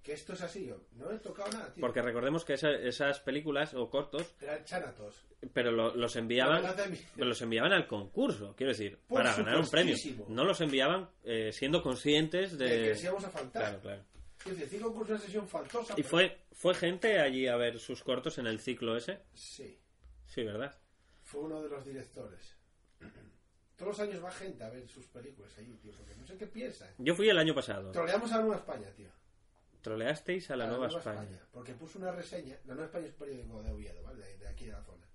Que esto es así. Yo, no he tocado nada, tío.
Porque recordemos que esa- esas películas o cortos,
Eran chanatos.
pero lo- los enviaban
La verdad de mí.
pero los enviaban al concurso, quiero decir,
Por
para ganar un premio.
supuestísimo.
No los enviaban eh, siendo conscientes
De <laughs> que
de...
les íbamos a faltar.
Claro, claro.
Quiero decir, cinco cursos de sesión faltosa.
¿Y
pero-
fue, fue gente allí a ver sus cortos en el ciclo ese?
Sí.
Sí, ¿verdad?
fue uno de los directores. <clears throat> Todos los años va gente a ver sus películas ahí, tío, porque no sé qué piensan.
Yo fui el año pasado.
Troleamos a la Nueva España, tío.
Troleasteis a la,
A
Nueva, España.
Porque puso una reseña. La Nueva España es un periódico de Oviedo, ¿vale? De, de aquí de la zona.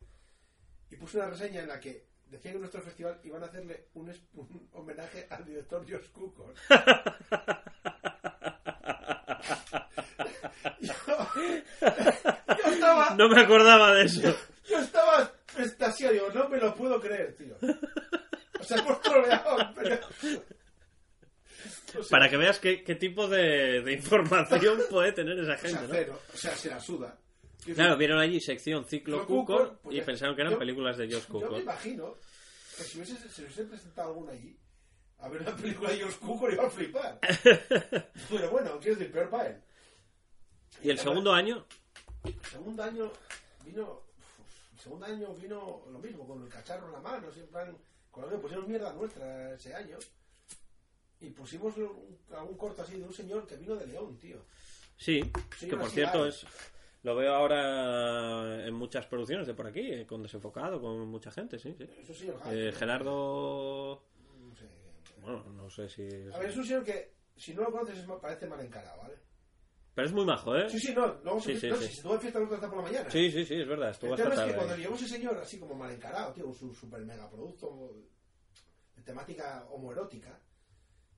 Y puso una reseña en la que decía que en nuestro festival iban a hacerle un, es- <laughs> un homenaje al director George Cukor.
<laughs>
<laughs> yo, <laughs> yo estaba
No me acordaba de
<laughs>
eso.
Yo estaba extasiado, digo, no me lo puedo creer, tío. O sea, hemos troleado, <laughs> pero... O sea,
Para que veas qué, qué tipo de, de
<laughs>
información puede tener esa
o sea,
gente, ¿no?
cero. O sea, se la suda. Yo
Claro,
digo,
vieron allí sección ciclo
Ciclo
Cucor
Cucor, pues
y
ya-
pensaron que eran
yo-
películas de Josh
Yo me
Cucor.
imagino que si hubiese, se hubiese presentado alguna allí, a ver una película de George Cukor iba
<laughs>
a flipar. Pero bueno, quiero decir, peor para él.
Y el segundo año,
El segundo año vino... uf, El segundo año vino lo mismo, con el cacharro en la mano, siempre en plan, con la que pusieron mierda nuestra ese año. Y pusimos un- algún corto así de un señor que vino de León, tío.
sí,
Sí,
que
una
por cierto
ciudad.
es lo veo ahora en muchas producciones de por aquí, eh, con desenfocado, con mucha gente, sí, sí.
Es un señor gato.
Eh, Gerardo,
No sé.
bueno, no sé si... es-
A ver, es un señor que, si no lo conoces, es ma- parece mal encarado, ¿vale?
Pero es muy majo, ¿eh?
Sí, sí, no. Luego
Sí,
se-
sí,
no,
sí.
Si se tuvo fiesta nosotros hasta por la mañana.
Sí, sí, sí, es verdad, estuvo
El
hasta
tema es que
tarde.
cuando
ahí.
llegó ese señor así como mal encarado, tío, un su- super mega producto de temática homoerótica,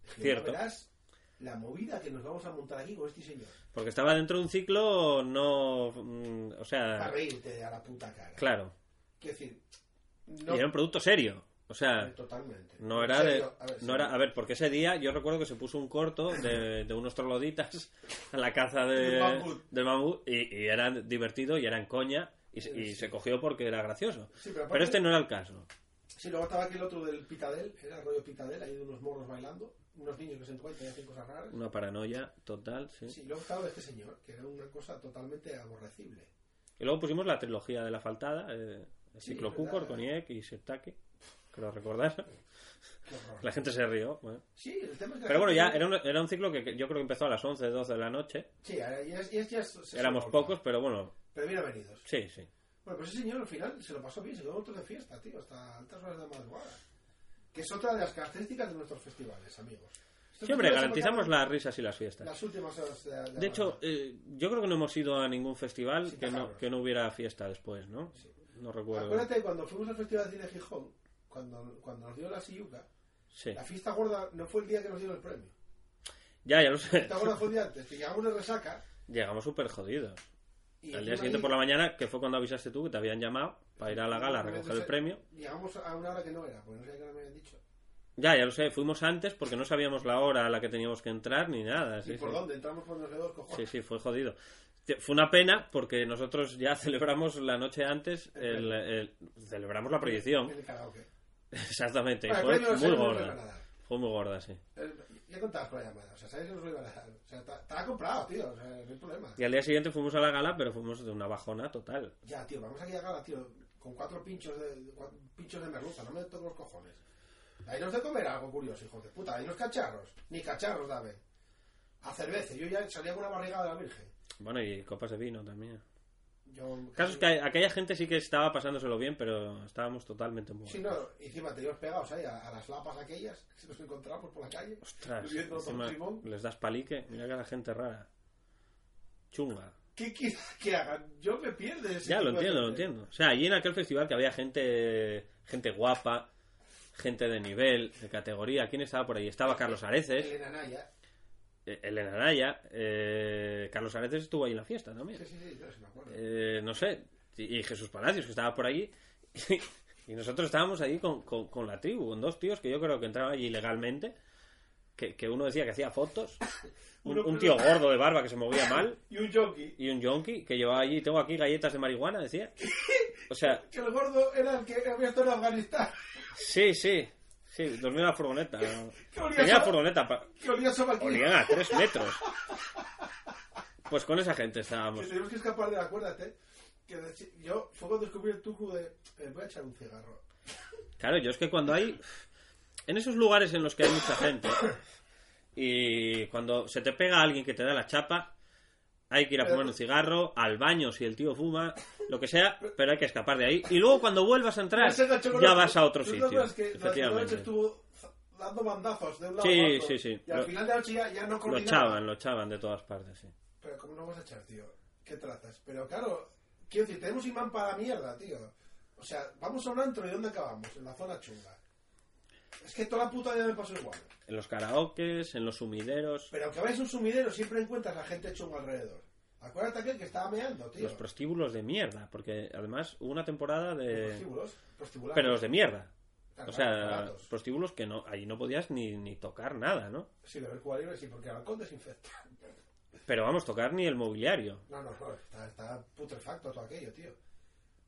dije,
Cierto.
"Ya verás la movida que nos vamos a montar aquí con este señor.
Porque estaba dentro de un ciclo no... mm, o
Para
sea,
reírte a la puta cara.
claro.
Quiero decir,
Y era
no,
un producto serio. O sea,
totalmente.
No
En
era de.
serio, a ver,
no
sí.
era, a ver, porque ese día yo recuerdo que se puso un corto de, de unos troloditas a la caza de,
Del mamut.
del mamut y, y era divertido y era en coña y, se- y
Sí.
se cogió porque era gracioso.
Sí, pero, aparte-
Pero este no era el caso.
Sí, luego estaba aquel otro del Pitadel, era el rollo Pitadel, ahí de unos morros bailando, unos niños que se encuentran y hacen cosas raras.
Una paranoia total, sí.
Sí, luego estaba este señor, que era una cosa totalmente aborrecible.
Y luego pusimos la trilogía de la faltada, eh, el
Sí,
ciclo
es verdad.
Cucor, Koniek y Sirtaki. Creo recordar.
Qué horror.
La gente se rió. bueno.
Sí, el tema es que...
Pero bueno, ya era
era
un, era un ciclo que que yo creo que empezó a las 11, 12 de la noche.
Sí, ahora ya, es- ya es- ya es- se-
Éramos
se-
pocos, pero bueno,
Pero bien venidos.
sí, sí.
Bueno, pues ese señor al final se lo pasó bien, se quedó otro de fiesta, tío, hasta altas horas de la madrugada. Que es otra de las características de nuestros festivales, amigos. Estos
Siempre
festivales
garantizamos
se
las risas y las fiestas.
marcaban Las últimas horas de, la- la
De hecho,
madrugada.
eh, yo creo que no hemos ido a ningún festival
Sin
que no,
palabras.
que no hubiera fiesta después, ¿no?
Sí.
No recuerdo.
Acuérdate cuando fuimos al Festival de Cine de Gijón, cuando, cuando nos dio la Siuca,
Sí.
La fiesta gorda no fue el día que nos dieron el premio.
Ya, ya lo
La
sé. <laughs>
fiesta gorda fue el día antes, que llegamos de resaca.
Llegamos súper jodidos.
Y
Al día siguiente por la mañana, que fue cuando avisaste tú que te habían llamado para ir a la gala a recoger el premio.
Llegamos a una hora que no era, porque no sé qué hora me habían dicho.
Ya, ya lo sé, fuimos antes porque no sabíamos la hora a la que teníamos que entrar ni nada.
¿Y
Ah, Sí,
por
sí.
dónde? Entramos por los dedos, cojones.
Sí, sí, fue jodido. Te- Fue una pena porque nosotros ya <laughs> celebramos la noche antes, el- el- celebramos la proyección,
En el karaoke.
<laughs> exactamente, y
Bueno,
fue
el premio
muy
no se nos iba a
gorda.
dar.
Fue muy gorda, sí.
Eh, Ya contabas con la llamada, o sea, sabes que nos lo iban a dar. O sea, te te la ha comprado, tío, o sea, no hay problema.
Y al día siguiente fuimos a la gala, pero fuimos de una bajona total.
Ya, tío, vamos aquí a gala, tío, con cuatro pinchos de cua- pinchos de merluza, no me toco los cojones. Ahí nos de comer algo curioso, hijos de puta, ahí los cacharros, ni cacharros dame. A cerveza, yo ya salía con una barriga de la Virgen.
Bueno, y copas de vino también.
Yo,
El caso es que aquella gente sí que estaba pasándoselo bien, pero estábamos totalmente muy
Sí, no, encima te ibas pegados ahí a, a las lapas aquellas que nos encontramos por la calle.
Ostras,
Viendo a Don
encima
Simón.
les das palique, mira que la gente rara. Chunga.
¿Qué quieres que hagan? Yo me pierdo. de ese
Ya, lo
tipo de
entiendo, lo
gente.
entiendo. O sea, allí en aquel festival que había gente, gente guapa, gente de nivel, de categoría. ¿Quién estaba por ahí? Estaba Carlos Areces,
Elena Naya.
eh, Elena Araya. eh, Carlos Areces estuvo ahí en la fiesta
Sí,
también.
sí, sí, yo sí me acuerdo.
Eh, no sé. Y y Jesús Palacios, que estaba por allí. <laughs> Y nosotros estábamos allí con, con- con la tribu, con dos tíos que yo creo que entraban allí ilegalmente. Que, que uno decía que hacía fotos. Un, un tío gordo de barba que se movía mal.
Y un jockey.
Y un yonki que llevaba allí, tengo aquí galletas de marihuana, decía. O sea,
Que el gordo era el que había estado en Afganistán. <laughs>
Sí, sí. Sí, dormía en la furgoneta.
olía
Tenía la
eso?
furgoneta. pa-
Que olía a
Olían a tres metros. Pues con esa gente estábamos.
Que tenemos que escapar de la cuerda, ¿eh? Que deci- yo fue cuando descubrí el truco de. eh, voy a echar un cigarro.
Claro, yo es que cuando hay... En esos lugares en los que hay mucha gente y cuando se te pega alguien que te da la chapa, hay que ir a fumar un cigarro, al baño si el tío fuma, lo que sea, pero hay que escapar de ahí. Y luego cuando vuelvas a entrar,
Ese gacho con
ya
los-
vas a otro
¿Tú te
sitio.
acuerdas que durante toda la
Efectivamente.
noche estuvo z- dando bandazos de un lado
Sí,
a otro?
sí, sí.
Y al
Lo-
final de la noche ya, ya no
Lo
coordinaba.
echaban, lo echaban de todas partes, sí.
Pero ¿cómo no vas a echar, tío? ¿Qué tratas? Pero claro, quiero decir, tenemos imán para la mierda, tío. O sea, vamos a un antro y ¿dónde acabamos? En la zona chunga. Es que toda la puta vida me pasó igual.
En los karaokes, en los sumideros,
Pero aunque vayas a un sumidero, siempre encuentras la gente chunga alrededor. Acuérdate aquel que estaba meando, tío.
los prostíbulos de mierda, porque además hubo una temporada
Los
de...
prostíbulos, prostibulares.
eh, Pero los de mierda.
Claro,
O sea,
baratos.
prostíbulos que no, ahí no podías ni, ni tocar nada, ¿no?
Sí, beber Cuba Libre, sí, porque el alcohol desinfecta. <laughs>
Pero vamos, tocar ni el mobiliario.
No, no, no, está, está putrefacto todo aquello, tío.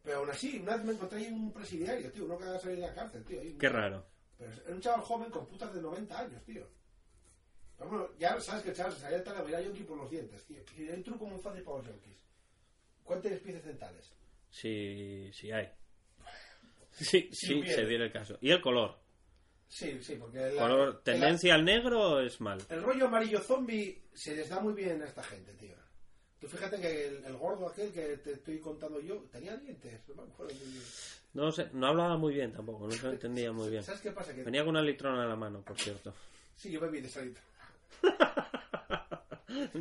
Pero aún así, una vez me encontré ahí un presidiario, tío, uno que acaba de salir de la cárcel, tío. ahí.
Qué raro.
Pero era un chaval joven con putas de 90 años, tío. Pero bueno, ya sabes que el chaval se salía tal, le a Yonki por los dientes, tío. Y hay un truco muy fácil para los Yonkis. Cuénteles piezas dentales.
Si, si hay. <laughs> Sí, sí,
hubiera.
se diera el caso. Y el color.
Sí, sí, porque... la-
color
la-
tendencia al negro es mal.
El rollo amarillo zombie se les da muy bien a esta gente, tío. Tú fíjate que el, el gordo aquel que te estoy contando yo tenía dientes. No me acuerdo muy bien.
No sé, no hablaba muy bien tampoco, no se entendía muy bien.
¿Sabes qué pasa? Que
Venía con una litrona en la mano, por cierto. <laughs>
Sí, yo bebí de salita.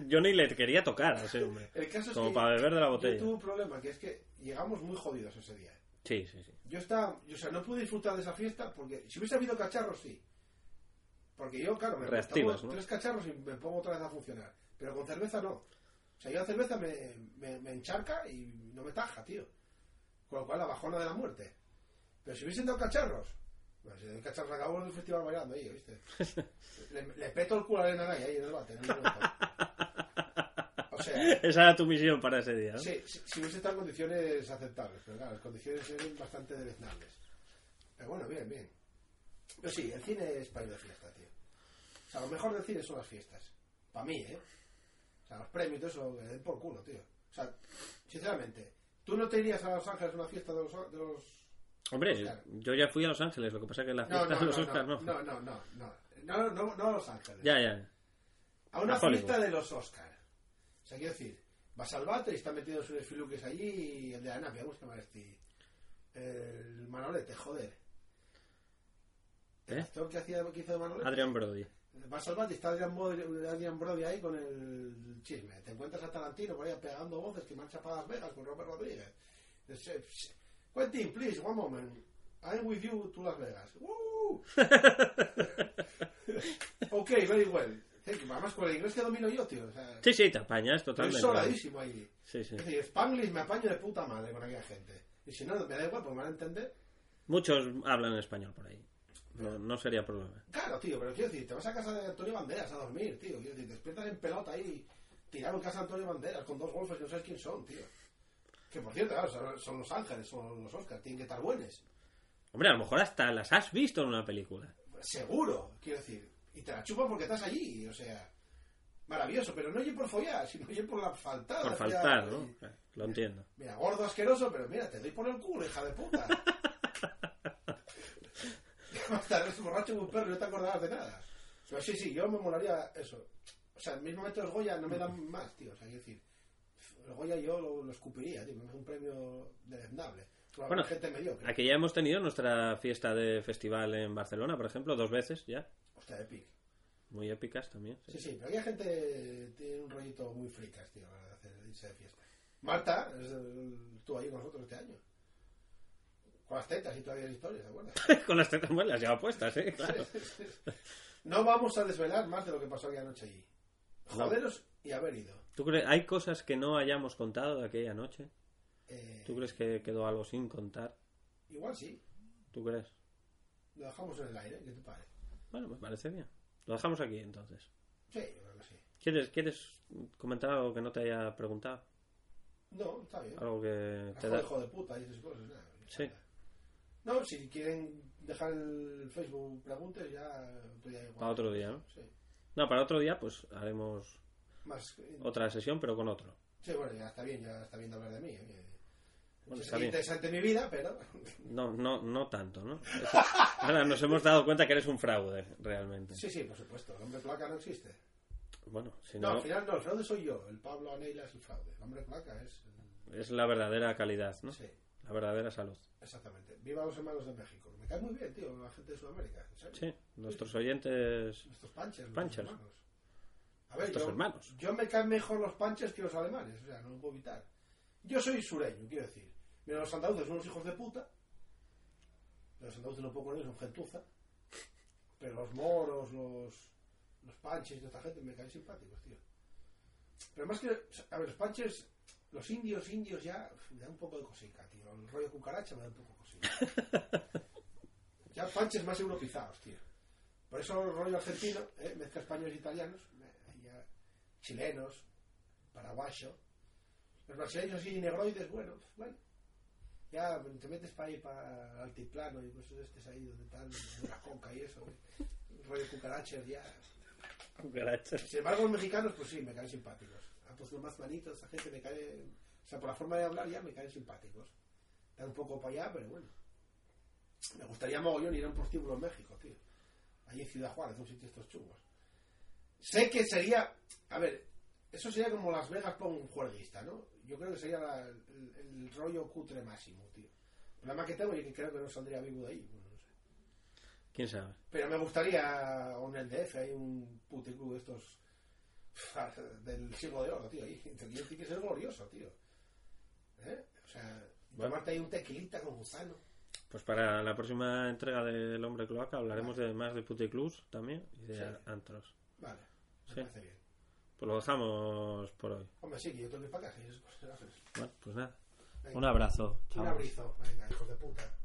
Yo ni le quería tocar a ese hombre.
El caso es
Como
que
para beber de la
yo tuve
botella.
un problema, que es que llegamos muy jodidos ese día.
Sí, sí, sí.
Yo estaba, yo, o sea, no pude disfrutar de esa fiesta porque si hubiese habido cacharros, sí. Porque yo, claro, me
Reactivas,
tomo
¿no?
tres cacharros y me pongo otra vez a funcionar. Pero con cerveza no. O sea, yo la cerveza me, me, me encharca y no me taja, tío. Con lo cual, la bajona de la muerte. Pero si hubiesen dado cacharros, bueno, si doy cacharros, acabamos el festival bailando ahí, ¿viste? le, le peto el culo a Elena Naya ahí en el bate, en el momento. O sea,
Esa era tu misión para ese día, ¿no?
Sí, si, si hubiese estado en condiciones aceptables, pero claro, las condiciones eran bastante deleznables. Pero bueno, bien, bien. Pero sí, el cine es para ir de fiesta, tío. O sea, lo mejor del cine son las fiestas. Para mí, ¿eh? O sea, los premios y todo eso, que den por culo, tío. O sea, sinceramente, ¿tú no te irías a Los Ángeles a una fiesta de los... De los...
Hombre,
Oscar.
yo ya fui a Los Ángeles, lo que pasa es que la
No,
fiesta
no,
de
no,
los
no,
Oscars no.
no, no, no, no, no, no, no a Los Ángeles.
Ya, ya.
A una
A Hollywood.
fiesta de los Oscar. O sea, quiero decir, vas al bate y está metido sus filuques allí y el de la nave, ¿cómo se llama este? El Manolete, joder. ¿El
¿Eh?
actor que, hacía, que hizo de Manolete?
Adrian Brody.
Vas al bate y está Adrian, Brody- Adrian Brody ahí con el chisme. Te encuentras a Tarantino por ahí pegando voces que marcha para Las Vegas con Robert Rodríguez. Dice, "Psh, Quentin, please, one moment. I'm with you to Las Vegas. Woo! ok, very well. Thank you. Además, con el inglés que domino yo, tío. O sea,
Sí, sí, te apañas
estoy
totalmente.
sobradísimo ahí.
Sí, sí.
Es decir, Spanglish me apaño de puta madre con aquella gente. Y si no, me da igual, pues me van a entender.
Muchos hablan español por ahí. no, no sería problema.
Claro, tío, pero quiero decir, te vas a casa de Antonio Banderas a dormir, tío. Quiero decir, te despiertas en pelota ahí, tirado en casa de Antonio Banderas con dos golfes que no sabes quién son, tío. Que por cierto, claro, son, son los ángeles, son los Oscars, tienen que estar buenos.
Hombre, a lo mejor hasta las has visto en una película.
Seguro, quiero decir. Y te la chupan porque estás allí, o sea. Maravilloso, pero no oye por follar, sino oye por la faltada.
Por
follar.
faltar, ¿no? Lo entiendo.
Mira, gordo asqueroso, pero mira, te doy por el culo, hija de puta. Hasta eres borracho como un perro y no te acordarás de nada. Pero sí, sí, yo me molaría eso. O sea, en mis momentos los Goya no me dan más, tío. O sea, quiero decir, el Goya yo lo, lo escupiría, tío. Es un premio deleznable.
Bueno,
Bueno, gente mediocre.
Aquí ya hemos tenido nuestra fiesta de festival en Barcelona, por ejemplo, dos veces ya.
Hostia, epic.
Muy épicas también. sí. <laughs>
Sí, sí, pero aquí hay gente que tiene un rollito muy fricas, tío, para hacer irse de fiesta. Marta es el- estuvo ahí con nosotros este año. Con las tetas y todavía las historias, ¿te acuerdas?
Con las tetas buenas las lleva puestas, ¿eh? Claro.
<laughs> No vamos a desvelar más de lo que pasó aquella noche allí.
No.
Joderos y haber ido.
¿Tú crees, ¿Hay cosas que no hayamos contado de aquella noche?
Eh,
¿Tú crees que quedó algo sin contar?
Igual sí.
¿Tú crees?
Lo dejamos en el aire, que te pare.
Bueno, me parece bien. Lo dejamos aquí entonces.
Sí, yo creo que sí.
¿Quieres, ¿Quieres comentar algo que no te haya preguntado?
No, está bien.
Algo que Ah, te da...
Joder, hijo de puta y esas cosas, nada. no
Sí.
pasa nada. No, si quieren dejar el Facebook preguntas, ya. otro día igual.
Para Ah, otro día, ¿no?
Sí.
No, para otro día pues haremos
Más,
otra sesión, pero con otro.
Sí, bueno, ya está bien, ya está bien de hablar de mí. ¿eh? oye.
Bueno,
Sí,
está bien.
interesante mi vida, pero.
No, no, no tanto, ¿no?
<laughs>
Ahora nos hemos dado cuenta que eres un fraude, realmente.
Sí, sí, por supuesto. El hombre placa no existe.
Bueno, si
No,
no,
al final no, el fraude soy yo. El Pablo Aneila es el fraude. El hombre placa es.
es la verdadera calidad, ¿no?
Sí,
La verdadera salud.
exactamente. Viva los hermanos de México. Me cae muy bien, tío, la gente de Sudamérica. ¿en serio?
Sí, nuestros oyentes...
Estos panchers.
Panchers.
Los hermanos. A ver,
Estos
yo,
hermanos.
yo me caen mejor los panchers que los alemanes. O sea, no lo puedo evitar. Yo soy sureño, quiero decir. Mira, los andaluces son unos hijos de puta. Los andaluces no puedo con ellos, son gentuza. Pero los moros, los, los panches de esta gente me caen simpáticos, tío. Pero más que. A ver, los panches, los indios, indios ya, uf, me da un poco de cosica, tío. El rollo cucaracha me da un poco de cosica. ya panches más europizados, tío. Por eso el rollo argentino, ¿eh? mezcla españoles e italianos, eh, ya, chilenos, paraguayos. Los brasileños y negroides, bueno, bueno. Ya te metes para ahí, para el altiplano y pues estés ahí donde tal, la conca y eso. ¿eh? Rollo cucarachas ya.
<laughs> Cucarachas.
Sin embargo, los mexicanos, pues sí, me caen simpáticos. A pues los más manitos, esa gente me cae. O sea, por la forma de hablar ya me caen simpáticos. Dan un poco para allá, pero bueno. Me gustaría mogollón ir a un prostíbulo en México, tío. Allí en Ciudad Juárez, un sitio de estos chungos. Sé que sería. A ver, eso sería como Las Vegas para un juerguista, ¿no? Yo creo que sería la- el, el rollo cutre máximo, tío. El problema que tengo es que creo que no saldría vivo de ahí. Bueno, no sé.
¿Quién sabe?
Pero me gustaría o en el DF, hay un puticlub de estos del siglo de oro, tío. Ahí tendría que ser glorioso, tío. ¿Eh? O sea,
Bueno.
tomarte ahí un tequilita con gusano.
Pues para la próxima entrega del Hombre Cloaca hablaremos de más de puticlubs también y de
Sí.
antros.
Vale, me
Sí.
parece bien.
Pues lo dejamos por hoy.
Hombre, sí, que yo tengo que ir para casa y esas cosas.
Bueno, pues nada.
Venga.
Un abrazo.
Un
Chao.
abrizo, venga, hijos de puta.